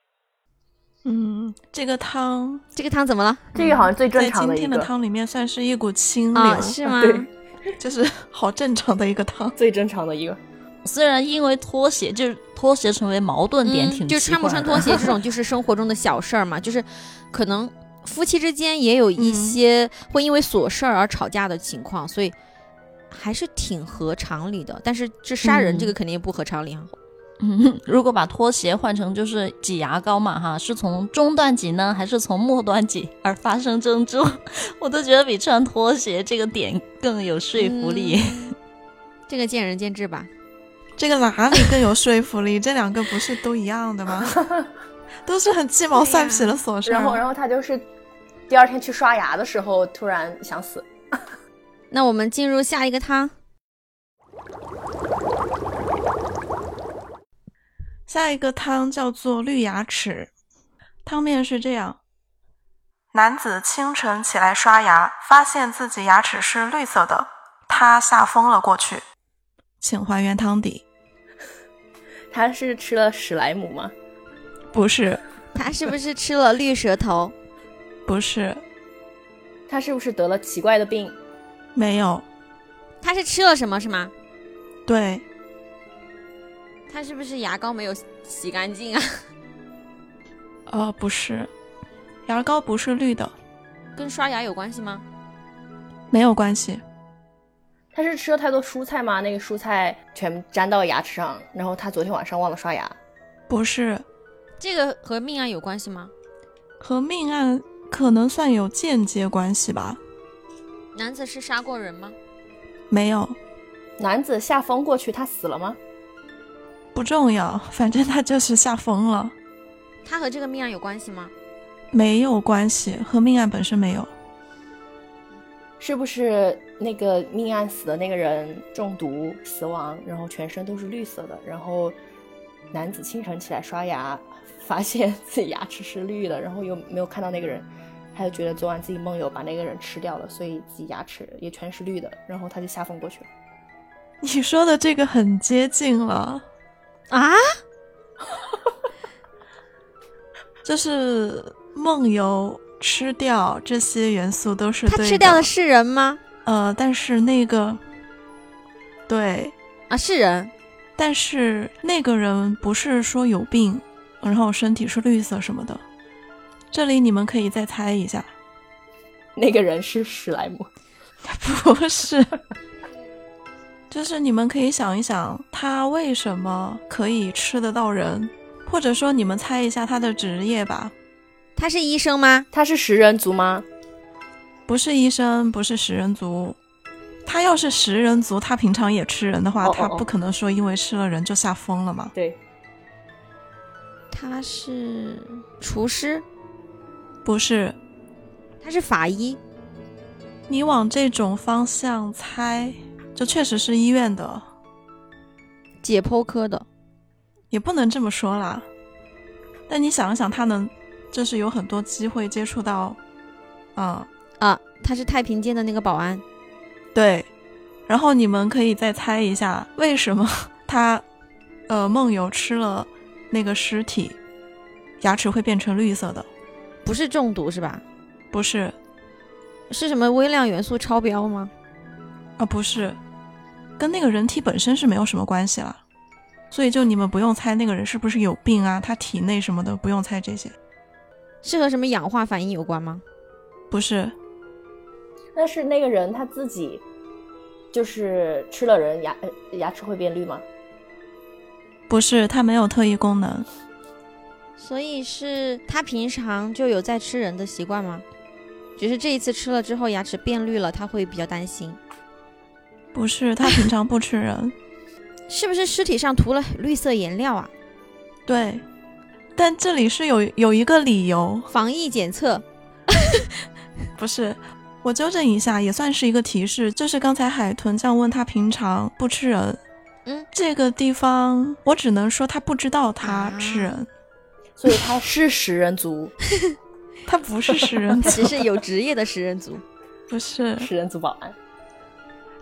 Speaker 2: 嗯，这个汤
Speaker 3: 这个汤怎么了
Speaker 4: 这个好像最正
Speaker 2: 在
Speaker 4: 常
Speaker 2: 今
Speaker 4: 的一
Speaker 2: 天的
Speaker 4: 个，
Speaker 2: 汤里面算是一股清流，
Speaker 3: 啊？是吗？
Speaker 4: 对
Speaker 2: 就是好正常的一个汤。
Speaker 4: 最正常的一个。
Speaker 1: 虽然因为拖鞋，就是拖鞋成为矛盾点，挺
Speaker 3: 嗯、就
Speaker 1: 奇
Speaker 3: 穿不
Speaker 1: 怪
Speaker 3: 穿
Speaker 1: 的
Speaker 3: 拖鞋这种，就是生活中的小事儿嘛，就是可能夫妻之间也有
Speaker 1: 嗯
Speaker 3: 一些会因为琐事儿而吵架的情况，所以还是挺合常理的。但是这杀人
Speaker 1: 嗯
Speaker 3: 这个肯定不合常理啊。
Speaker 1: 嗯， 如果把拖鞋换成就是挤牙膏嘛，哈，是从中段挤呢，还是从末端挤而发生争执？ 我都觉得比穿拖鞋这个点更有说服力。
Speaker 3: 嗯这个见仁见智吧。
Speaker 2: 这个哪里更有说服力？这两个不是都一样的 吗？都是很鸡毛蒜皮的琐事儿、
Speaker 4: 然后，然后他就是第二天去刷牙的时候，突然想死。
Speaker 3: 那我们进入下一个汤，
Speaker 2: 下一个汤叫做绿牙齿，汤面是这样：男子清晨起来刷牙，发现自己牙齿是绿色的，他吓疯了过去。请还原汤底，
Speaker 4: 他是吃了史莱姆吗？
Speaker 2: 不是，
Speaker 3: 他是不是吃了绿舌头？
Speaker 2: 不是，
Speaker 4: 他是不是得了奇怪的病？
Speaker 2: 没有，
Speaker 3: 他是吃了什么是吗？
Speaker 2: 对，
Speaker 3: 他是不是牙膏没有洗干净啊？
Speaker 2: 呃，不是，牙膏不是绿的，
Speaker 3: 跟刷牙有关系吗？
Speaker 2: 没有关系，
Speaker 4: 他是吃了太多蔬菜吗？那个蔬菜全粘到牙齿上，然后他昨天晚上忘了刷牙。
Speaker 2: 不是，
Speaker 3: 这个和命案有关系吗？
Speaker 2: 和命案可能算有间接关系吧，
Speaker 3: 男子是杀过人吗？
Speaker 2: 没有，
Speaker 4: 男子吓疯过去，他死了吗？
Speaker 2: 不重要，反正他就是吓疯了，
Speaker 3: 他和这个命案有关系吗？
Speaker 2: 没有关系，和命案本身没有。
Speaker 4: 是不是那个命案死的那个人中毒死亡，然后全身都是绿色的，然后男子清晨起来刷牙，发现自己牙齿是绿的，然后又没有看到那个人，他就觉得昨晚自己梦游把那个人吃掉了，所以自己牙齿也全是绿的，然后他就吓疯过去了。
Speaker 2: 你说的这个很接近了，
Speaker 3: 啊，
Speaker 2: 就是梦游、吃掉这些元素都是
Speaker 3: 他
Speaker 2: 对
Speaker 3: 吃掉嗯的是人吗？
Speaker 2: 呃，但是那个对，
Speaker 3: 啊，是人。
Speaker 2: 但是那个人不是说有病，然后身体是绿色什么的。这里你们可以再猜一下，
Speaker 4: 那个人是史莱姆，
Speaker 2: 不是，就是你们可以想一想，他为什么可以吃得到人，或者说你们猜一下他的职业吧。
Speaker 3: 他是医生吗？
Speaker 4: 他是食人族吗？
Speaker 2: 不是医生，不是食人族。他要是食人族，他平常也吃人的话，
Speaker 4: 哦哦
Speaker 2: 他
Speaker 4: 哦
Speaker 2: 不可能说因为吃了人就吓疯了嘛。
Speaker 4: 对，
Speaker 3: 他是厨师，
Speaker 2: 不是，
Speaker 3: 他是法医，
Speaker 2: 你往这种方向猜，就确实是医院的，
Speaker 3: 解剖科的。
Speaker 2: 也不能这么说啦。但你想一想，他能就是有很多机会接触到，啊、
Speaker 3: 啊，他是太平间的那个保安。
Speaker 2: 对。然后你们可以再猜一下，为什么 他呃梦游吃了那个尸体，牙齿会变成绿色的？
Speaker 3: 不是中毒是吧？
Speaker 2: 不是
Speaker 3: 是什么微量元素超标吗？
Speaker 2: 啊，不是，跟那个人体本身是没有什么关系啦。所以就你们不用猜那个人是不是有病啊，他体内什么的不用猜这些。
Speaker 3: 是和什么氧化反应有关吗？
Speaker 2: 不是，
Speaker 4: 但是那个人他自己就是吃了人牙呃牙齿会变绿吗？
Speaker 2: 不是，它没有特异功能。
Speaker 3: 所以是他平常就有在吃人的习惯吗？只是这一次吃了之后牙齿变绿了，他会比较担心，
Speaker 2: 不是，它平常不吃人。
Speaker 3: 是不是尸体上涂了绿色颜料啊？
Speaker 2: 对，但这里是有有一个理由，
Speaker 3: 防疫检测
Speaker 2: 不是。我纠正一下，也算是一个提示，就是刚才海豚这样问他平常不吃人，
Speaker 3: 嗯，
Speaker 2: 这个地方我只能说他不知道他
Speaker 3: 啊
Speaker 2: 吃人，
Speaker 4: 所以他是食人族，
Speaker 2: 他不是食人
Speaker 3: 他
Speaker 2: 族，
Speaker 3: 只是有职业的食人族。
Speaker 2: 不 是，
Speaker 4: 食人族保安，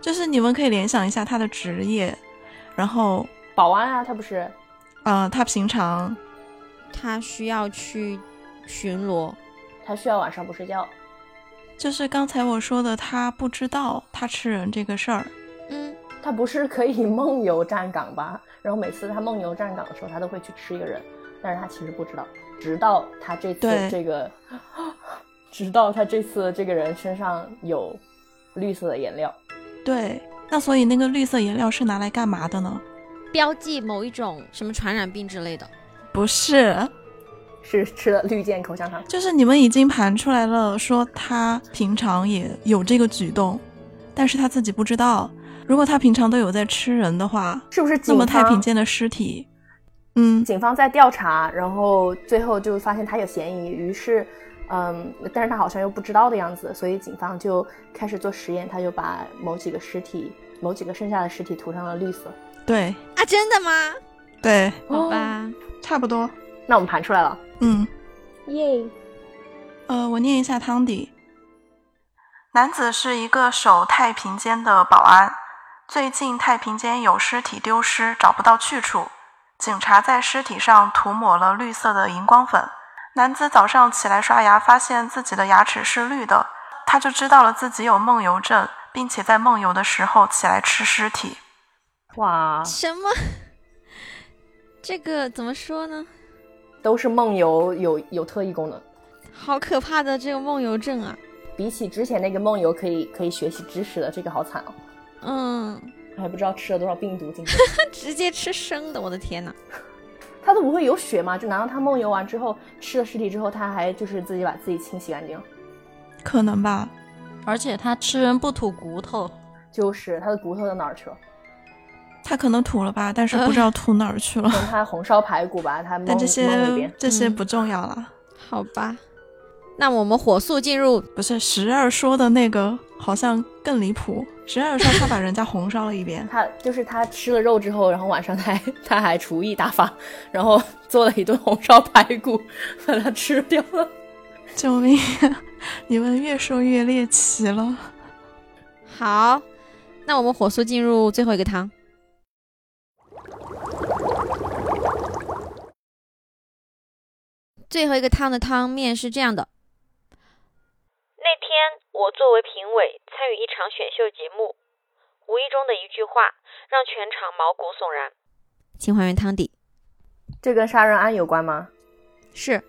Speaker 2: 就是你们可以联想一下他的职业，然后
Speaker 4: 保安啊，他不是
Speaker 2: 呃，他平常
Speaker 3: 他需要去巡逻，
Speaker 4: 他需要晚上不睡觉。
Speaker 2: 就是刚才我说的，他不知道他吃人这个事儿，
Speaker 3: 嗯，
Speaker 4: 他不是可以梦游站岗吧？然后每次他梦游站岗的时候，他都会去吃一个人，但是他其实不知道，直到他这次
Speaker 2: 对
Speaker 4: 这个， 直到他这次这个人身上有绿色的颜料，
Speaker 2: 对，那所以那个绿色颜料是拿来干嘛的呢？
Speaker 3: 标记某一种什么传染病之类的。
Speaker 2: 不是，
Speaker 4: 是吃了绿箭口香糖。
Speaker 2: 就是你们已经盘出来了，说他平常也有这个举动，但是他自己不知道。如果他平常都有在吃人的话，
Speaker 4: 是不是
Speaker 2: 那
Speaker 4: 警
Speaker 2: 么
Speaker 4: 方？
Speaker 2: 太平间的尸体，嗯，
Speaker 4: 警方在调查，然后最后就发现他有嫌疑，于是，嗯，但是他好像又不知道的样子，所以警方就开始做实验，他就把某几个尸体、某几个剩下的尸体涂上了绿色。
Speaker 2: 对
Speaker 3: 啊，真的吗？
Speaker 2: 对，
Speaker 3: 好吧，
Speaker 2: 差不多，
Speaker 4: 那我们盘出来了，
Speaker 2: 嗯，
Speaker 4: 耶！
Speaker 2: 呃，我念一下汤底，
Speaker 6: 男子是一个守太平间的保安，最近太平间有尸体丢失，找不到去处，警察在尸体上涂抹了绿色的荧光粉。男子早上起来刷牙，发现自己的牙齿是绿的，他就知道了自己有梦游症，并且在梦游的时候起来吃尸体。
Speaker 4: 哇，
Speaker 3: 什么？ 这个怎么说呢？
Speaker 4: 都是梦游，有有特异功能。
Speaker 3: 好可怕的这个梦游症啊！
Speaker 4: 比起之前那个梦游可以可以学习知识的，这个好惨哦，
Speaker 3: 嗯，
Speaker 4: 还不知道吃了多少病毒进 去。
Speaker 3: 他直接吃生的，我的天哪！
Speaker 4: 他都不会有血吗？就难道他梦游完之后吃了尸体之后，他还就是自己把自己清洗干净？
Speaker 2: 可能吧，
Speaker 1: 而且他吃人不吐骨头，
Speaker 4: 就是他的骨头到哪儿 去了？
Speaker 2: 他可能吐了吧，但是不知
Speaker 6: 呃
Speaker 2: 道吐哪儿 去了。
Speaker 4: 可能他红烧排骨吧，他蒙
Speaker 2: 但这
Speaker 4: 蒙了一遍，
Speaker 2: 些。这些
Speaker 3: 嗯
Speaker 2: 不重要啦，
Speaker 3: 好吧，那我们火速进入
Speaker 2: 不是十二说的那个好像更离谱。十二说他把人家红烧了一遍
Speaker 4: 他就是他吃了肉之后，然后晚上他还 他还厨艺大发，然后做了一顿红烧排骨，把它吃掉了。
Speaker 2: 救命！啊你们越说越猎奇了。
Speaker 3: 好，那我们火速进入最后一个汤。最后一个汤的汤面是这样的，
Speaker 5: 那天，我作为评委参与一场选秀节目，无意中的一句话让全场毛骨悚然。
Speaker 3: 请还原汤底
Speaker 4: 这跟杀人案有关吗？
Speaker 3: 是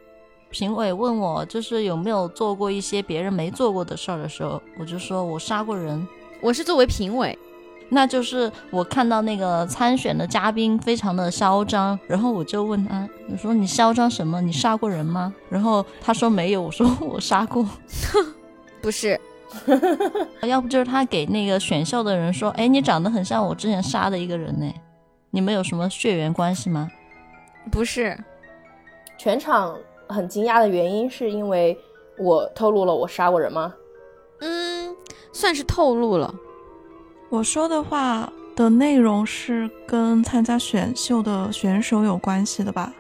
Speaker 1: 评委问我就是有没有做过一些别人没做过的事儿的时候，我就说我杀过人。
Speaker 3: 我是作为评委，
Speaker 1: 那就是我看到那个参选的嘉宾非常的嚣张，然后我就问他，我说你嚣张什么？你杀过人吗？然后他说没有，我说我杀过。
Speaker 3: 不是
Speaker 1: 要不就是他给那个选秀的人说，哎，你长得很像我之前杀的一个人呢，你们有什么血缘关系吗？
Speaker 3: 不是
Speaker 4: 全场很惊讶的原因是因为我透露了我杀过人吗？
Speaker 3: 嗯，算是透露了。
Speaker 2: 我说的话的内容是跟参加选秀的选手有关系的吧？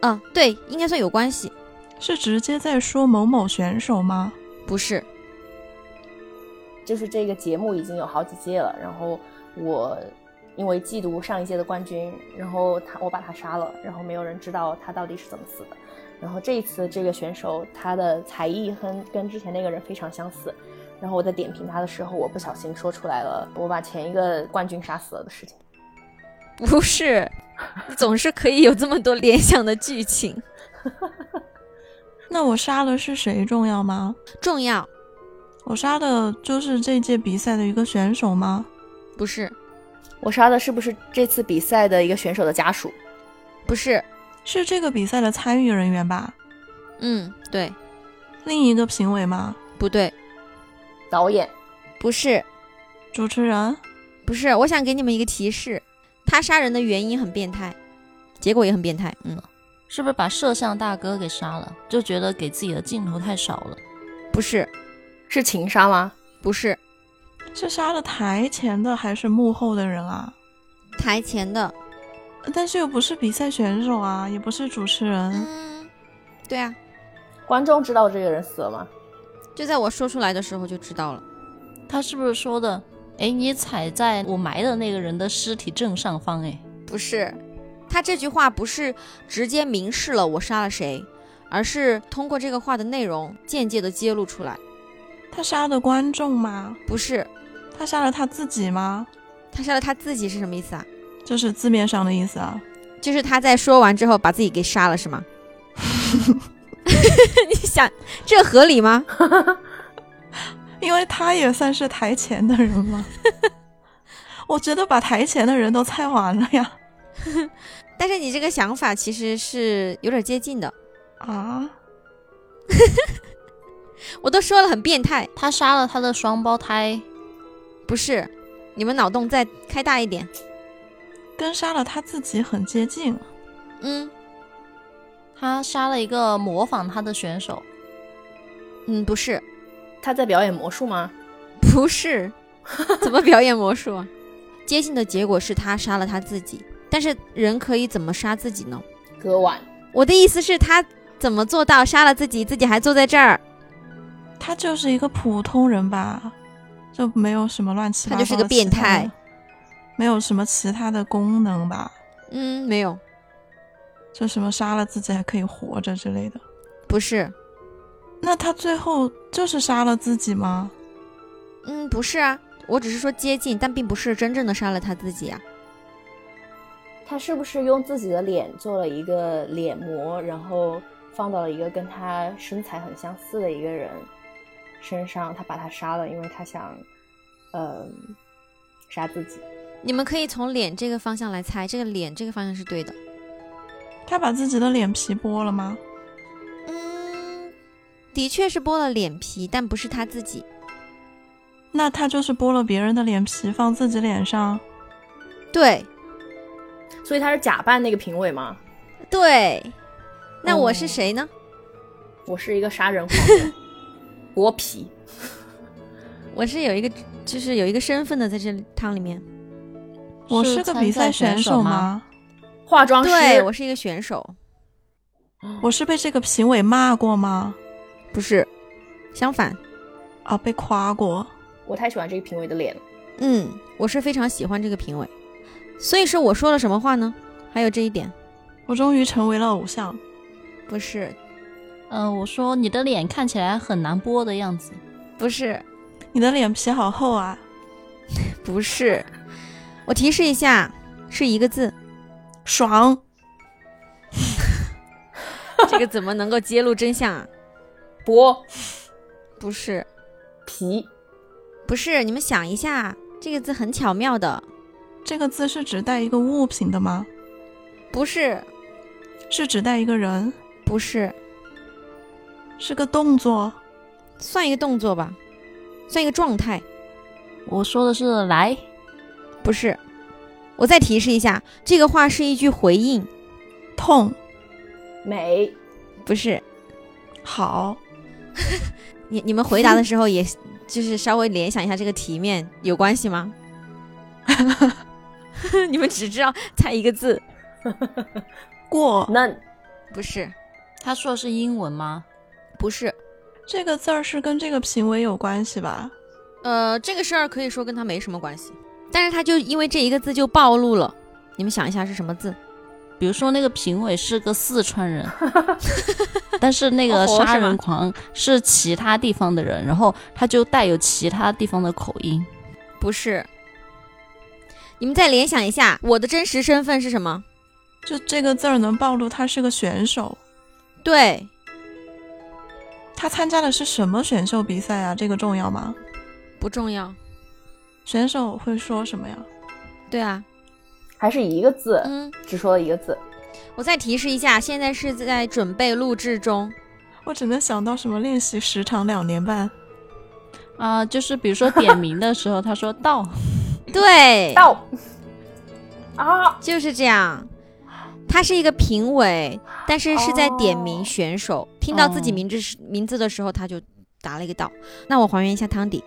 Speaker 3: 嗯、对，应该算有关系。
Speaker 2: 是直接在说某某选手吗？
Speaker 3: 不是，
Speaker 4: 就是这个节目已经有好几届了，然后我因为嫉妒上一届的冠军，然后他我把他杀了，然后没有人知道他到底是怎么死的。然后这一次这个选手他的才艺跟跟之前那个人非常相似，然后我在点评他的时候，我不小心说出来了我把前一个冠军杀死了的事情。
Speaker 3: 不是，你总是可以有这么多联想的剧情。
Speaker 2: 那我杀了是谁重要吗？
Speaker 3: 重要
Speaker 2: 我杀的就是这届比赛的一个选手吗？
Speaker 3: 不是，
Speaker 4: 我杀的是不是这次比赛的一个选手的家属？
Speaker 3: 不是，
Speaker 2: 是这个比赛的参与人员吧？
Speaker 3: 嗯，对，
Speaker 2: 另一个评委吗？
Speaker 3: 不对，
Speaker 4: 导演
Speaker 3: 不是，
Speaker 2: 主持人？
Speaker 3: 不是。我想给你们一个提示，他杀人的原因很变态，结果也很变态。嗯，
Speaker 1: 是不是把摄像大哥给杀了？就觉得给自己的镜头太少了。
Speaker 3: 不是，
Speaker 4: 是情杀吗？
Speaker 3: 不是，
Speaker 2: 是杀了台前的还是幕后的人啊？
Speaker 3: 台前的。
Speaker 2: 但是又不是比赛选手啊，也不是主持人。
Speaker 3: 嗯，对啊，
Speaker 4: 观众知道这个人死了吗？
Speaker 3: 就在我说出来的时候就知道了。
Speaker 1: 他是不是说的？哎，你踩在我埋的那个人的尸体正上方，哎，
Speaker 3: 不是，他这句话不是直接明示了我杀了谁，而是通过这个话的内容间接的揭露出来。
Speaker 2: 他杀的观众吗？
Speaker 3: 不是，
Speaker 2: 他杀了他自己吗？
Speaker 3: 他杀了他自己是什么意思啊？
Speaker 2: 这是字面上的意思啊。
Speaker 3: 就是他在说完之后把自己给杀了是吗？ 你想这合理吗？
Speaker 2: 因为他也算是台前的人嘛。 我觉得把台前的人都猜完了呀。
Speaker 3: 但是你这个想法其实是有点接近的。
Speaker 2: 啊，
Speaker 3: 我都说了很变态，
Speaker 1: 他杀了他的双胞胎，
Speaker 3: 不是？你们脑洞再开大一点。
Speaker 2: 跟杀了他自己很接近。
Speaker 3: 嗯
Speaker 1: 他杀了一个模仿他的选手，
Speaker 3: 嗯，不是，
Speaker 4: 他在表演魔术吗？
Speaker 3: 不 是，怎么表演魔术啊？接近的结果是他杀了他自己，但是人可以怎么杀自己呢？
Speaker 4: 割腕。
Speaker 3: 我的意思是，他怎么做到杀了自己，自己还坐在这儿？
Speaker 2: 他就是一个普通人吧，就没有什么乱七八糟的
Speaker 3: 他就是个变态
Speaker 2: 其他的，没有什么其他的功能吧，
Speaker 3: 嗯，没有，
Speaker 2: 就什么杀了自己还可以活着之类的。
Speaker 3: 不是，
Speaker 2: 那他最后就是杀了自己吗？
Speaker 3: 嗯，不是啊，我只是说接近，但并不是真正的杀了他自己啊。
Speaker 4: 他是不是用自己的脸做了一个脸膜，然后放到了一个跟他身材很相似的一个人身上？他把他杀了，因为他想，呃，杀自己。
Speaker 3: 你们可以从脸这个方向来猜，这个脸这个方向是对的。
Speaker 2: 他把自己的脸皮剥了吗？
Speaker 3: 嗯，的确是剥了脸皮，但不是他自己。
Speaker 2: 那他就是剥了别人的脸皮放自己脸上，
Speaker 3: 对
Speaker 4: 所以他是假扮那个评委吗？
Speaker 3: 对，那我是谁呢？
Speaker 4: 我是一个杀人狂魔， 剥皮。
Speaker 3: 我是有一个，就是有一个身份的在这汤里面。
Speaker 2: 我
Speaker 1: 是
Speaker 2: 是个
Speaker 1: 参
Speaker 2: 比
Speaker 1: 赛
Speaker 2: 赛
Speaker 1: 选手
Speaker 2: 手
Speaker 1: 吗
Speaker 2: 吗？
Speaker 4: 化妆师，
Speaker 3: 对我是一个选手，
Speaker 2: 我是被这个评委骂过吗？
Speaker 3: 不是相反，
Speaker 2: 啊，被夸过。
Speaker 4: 我太喜欢这个评委的脸了。
Speaker 3: 嗯，我是非常喜欢这个评委，所以说我说了什么话呢？还有这一点，
Speaker 2: 我终于成为了偶像。
Speaker 3: 不是，
Speaker 1: 嗯、我说你的脸看起来很难剥的样子，
Speaker 3: 不是，
Speaker 2: 你的脸皮好厚啊！
Speaker 3: 不是。我提示一下，是一个 字，
Speaker 2: 爽，
Speaker 3: 这个怎么能够揭露真相啊？
Speaker 4: 剥
Speaker 3: 不是，
Speaker 4: 皮
Speaker 3: 不是，你们想一下，这个字很巧妙的，
Speaker 2: 这个字是指代一个物品的吗？
Speaker 3: 不是，
Speaker 2: 是指代一个人？
Speaker 3: 不是，
Speaker 2: 是个动作？
Speaker 3: 算一个动作吧，算一个状态，
Speaker 1: 我说的是来，
Speaker 3: 不是。我再提示一下，这个话是一句回应，
Speaker 2: 痛？
Speaker 4: 美
Speaker 3: 不是。
Speaker 2: 好，
Speaker 3: 你你们回答的时候也，就是稍微联想一下这个题面有关系吗？ 你们只知道猜一个字，
Speaker 2: 过
Speaker 4: 嫩
Speaker 3: 不是，
Speaker 1: 他说的是英文吗？
Speaker 3: 不是。
Speaker 2: 这个字儿是跟这个评委有关系吧？
Speaker 3: 呃，这个事儿可以说跟他没什么关系，但是他就因为这一个字就暴露了。你们想一下是什么字？
Speaker 1: 比如说那个评委是个四川 人，但是那个
Speaker 3: 哦是吗
Speaker 1: 杀人狂是其他地方的人，然后他就带有其他地方的口音。
Speaker 3: 不是。你们再联想一下，我的真实身份是什么？
Speaker 2: 就这个字儿能暴露他是个选手，
Speaker 3: 对，
Speaker 2: 他参加的是什么选秀比赛啊？这个重要吗？
Speaker 3: 不重要。
Speaker 2: 选手会说什么呀？
Speaker 3: 对啊，
Speaker 4: 还是一个字，
Speaker 3: 嗯，
Speaker 4: 只说了一个字。
Speaker 3: 我再提示一下，现在是在准备录制 中。
Speaker 2: 我只能想到什么练习时长两年半，
Speaker 1: 啊、就是比如说点名的时候，他说到，
Speaker 3: 对，
Speaker 4: 到啊，
Speaker 3: 就是这样。他是一个评委，但是是在点名
Speaker 4: 哦
Speaker 3: 选手。听到自己
Speaker 1: 哦
Speaker 3: 名字时、名字的时候，他就答了一个到。那我还原一下汤底，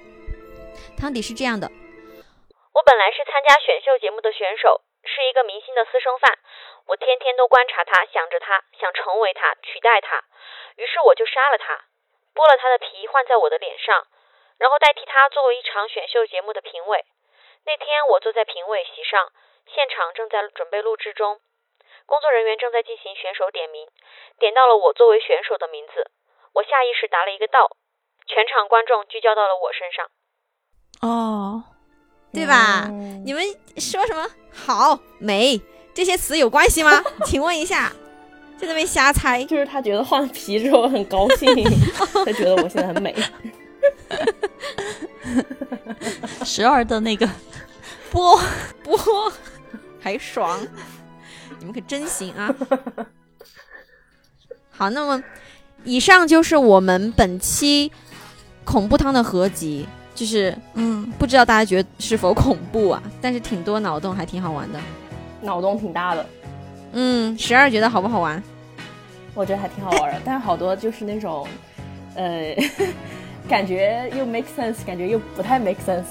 Speaker 3: 汤底是这样的，
Speaker 5: 我本来是参加选秀节目的选手，是一个明星的私生饭。我天天都观察他，想着他，想成为他，取代他。于是我就杀了他，剥了他的皮换在我的脸上，然后代替他作为一场选秀节目的评委。那天我坐在评委席上，现场正在准备录制中，工作人员正在进行选手点名，点到了我作为选手的名字，我下意识答了一个到，全场观众聚焦到了我身上。
Speaker 2: 哦，
Speaker 3: 对吧？
Speaker 4: 嗯
Speaker 3: 你们说什么好美这些词有关 系吗？请问一下，在那边瞎猜。
Speaker 4: 就是他觉得换了皮之后很高 兴，他觉得我现在很美。
Speaker 1: 时而的那个波，
Speaker 3: 播， 还爽，你们可真行啊！好，那么以上就是我们本期恐怖汤的合集，就是
Speaker 2: 嗯，
Speaker 3: 不知道大家觉得是否恐怖啊，但是挺多脑洞，还挺好玩的。
Speaker 4: 脑洞挺大的，
Speaker 3: 嗯，十二觉得好不好玩？
Speaker 4: 我觉得还挺好玩的，但是好多就是那种，呃， 感觉又 make sense，感觉又不太 make sense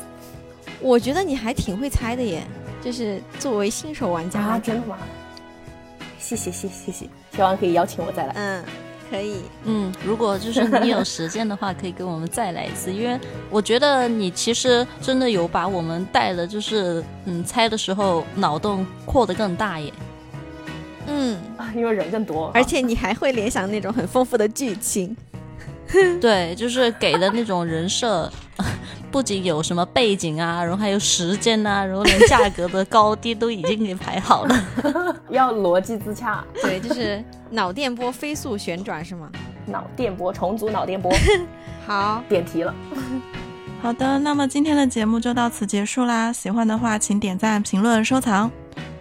Speaker 3: 我觉得你还挺会猜的耶，就是作为新手玩家，
Speaker 4: 啊，真的吗？谢谢谢谢谢谢，希望可以邀请我再来。
Speaker 3: 嗯，可以，
Speaker 1: 嗯，如果就是你有时间的话，可以给我们再来一次，因为我觉得你其实真的有把我们带的，就是嗯，猜的时候脑洞扩得更大耶。
Speaker 3: 嗯，
Speaker 4: 啊，因为人更多，
Speaker 3: 而且你还会联想那种很丰富的剧情，
Speaker 1: 对，就是给的那种人设，不仅有什么背景啊，然后还有时间啊，然后连价格的高低都已经给排好了。
Speaker 4: 要逻辑自洽，
Speaker 3: 对，就是脑电波飞速旋转是吗？
Speaker 4: 脑电波重组脑电 波
Speaker 3: 好，
Speaker 4: 点题了，
Speaker 2: 好的，那么今天的节目就到此结束啦。喜欢的话，请点赞、评论、收藏。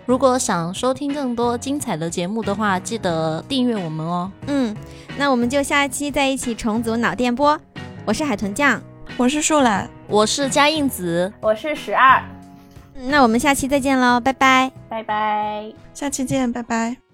Speaker 1: 如果想收听更多精彩的节目的话，记得订阅我们哦。
Speaker 3: 嗯，那我们就下一期再一起重组脑电波。我是海豚酱，
Speaker 2: 我是树懒，
Speaker 1: 我是佳印子，
Speaker 4: 我是十二，
Speaker 3: 嗯那我们下期再见喽，拜拜。
Speaker 4: 拜拜。
Speaker 2: 下期见，拜拜。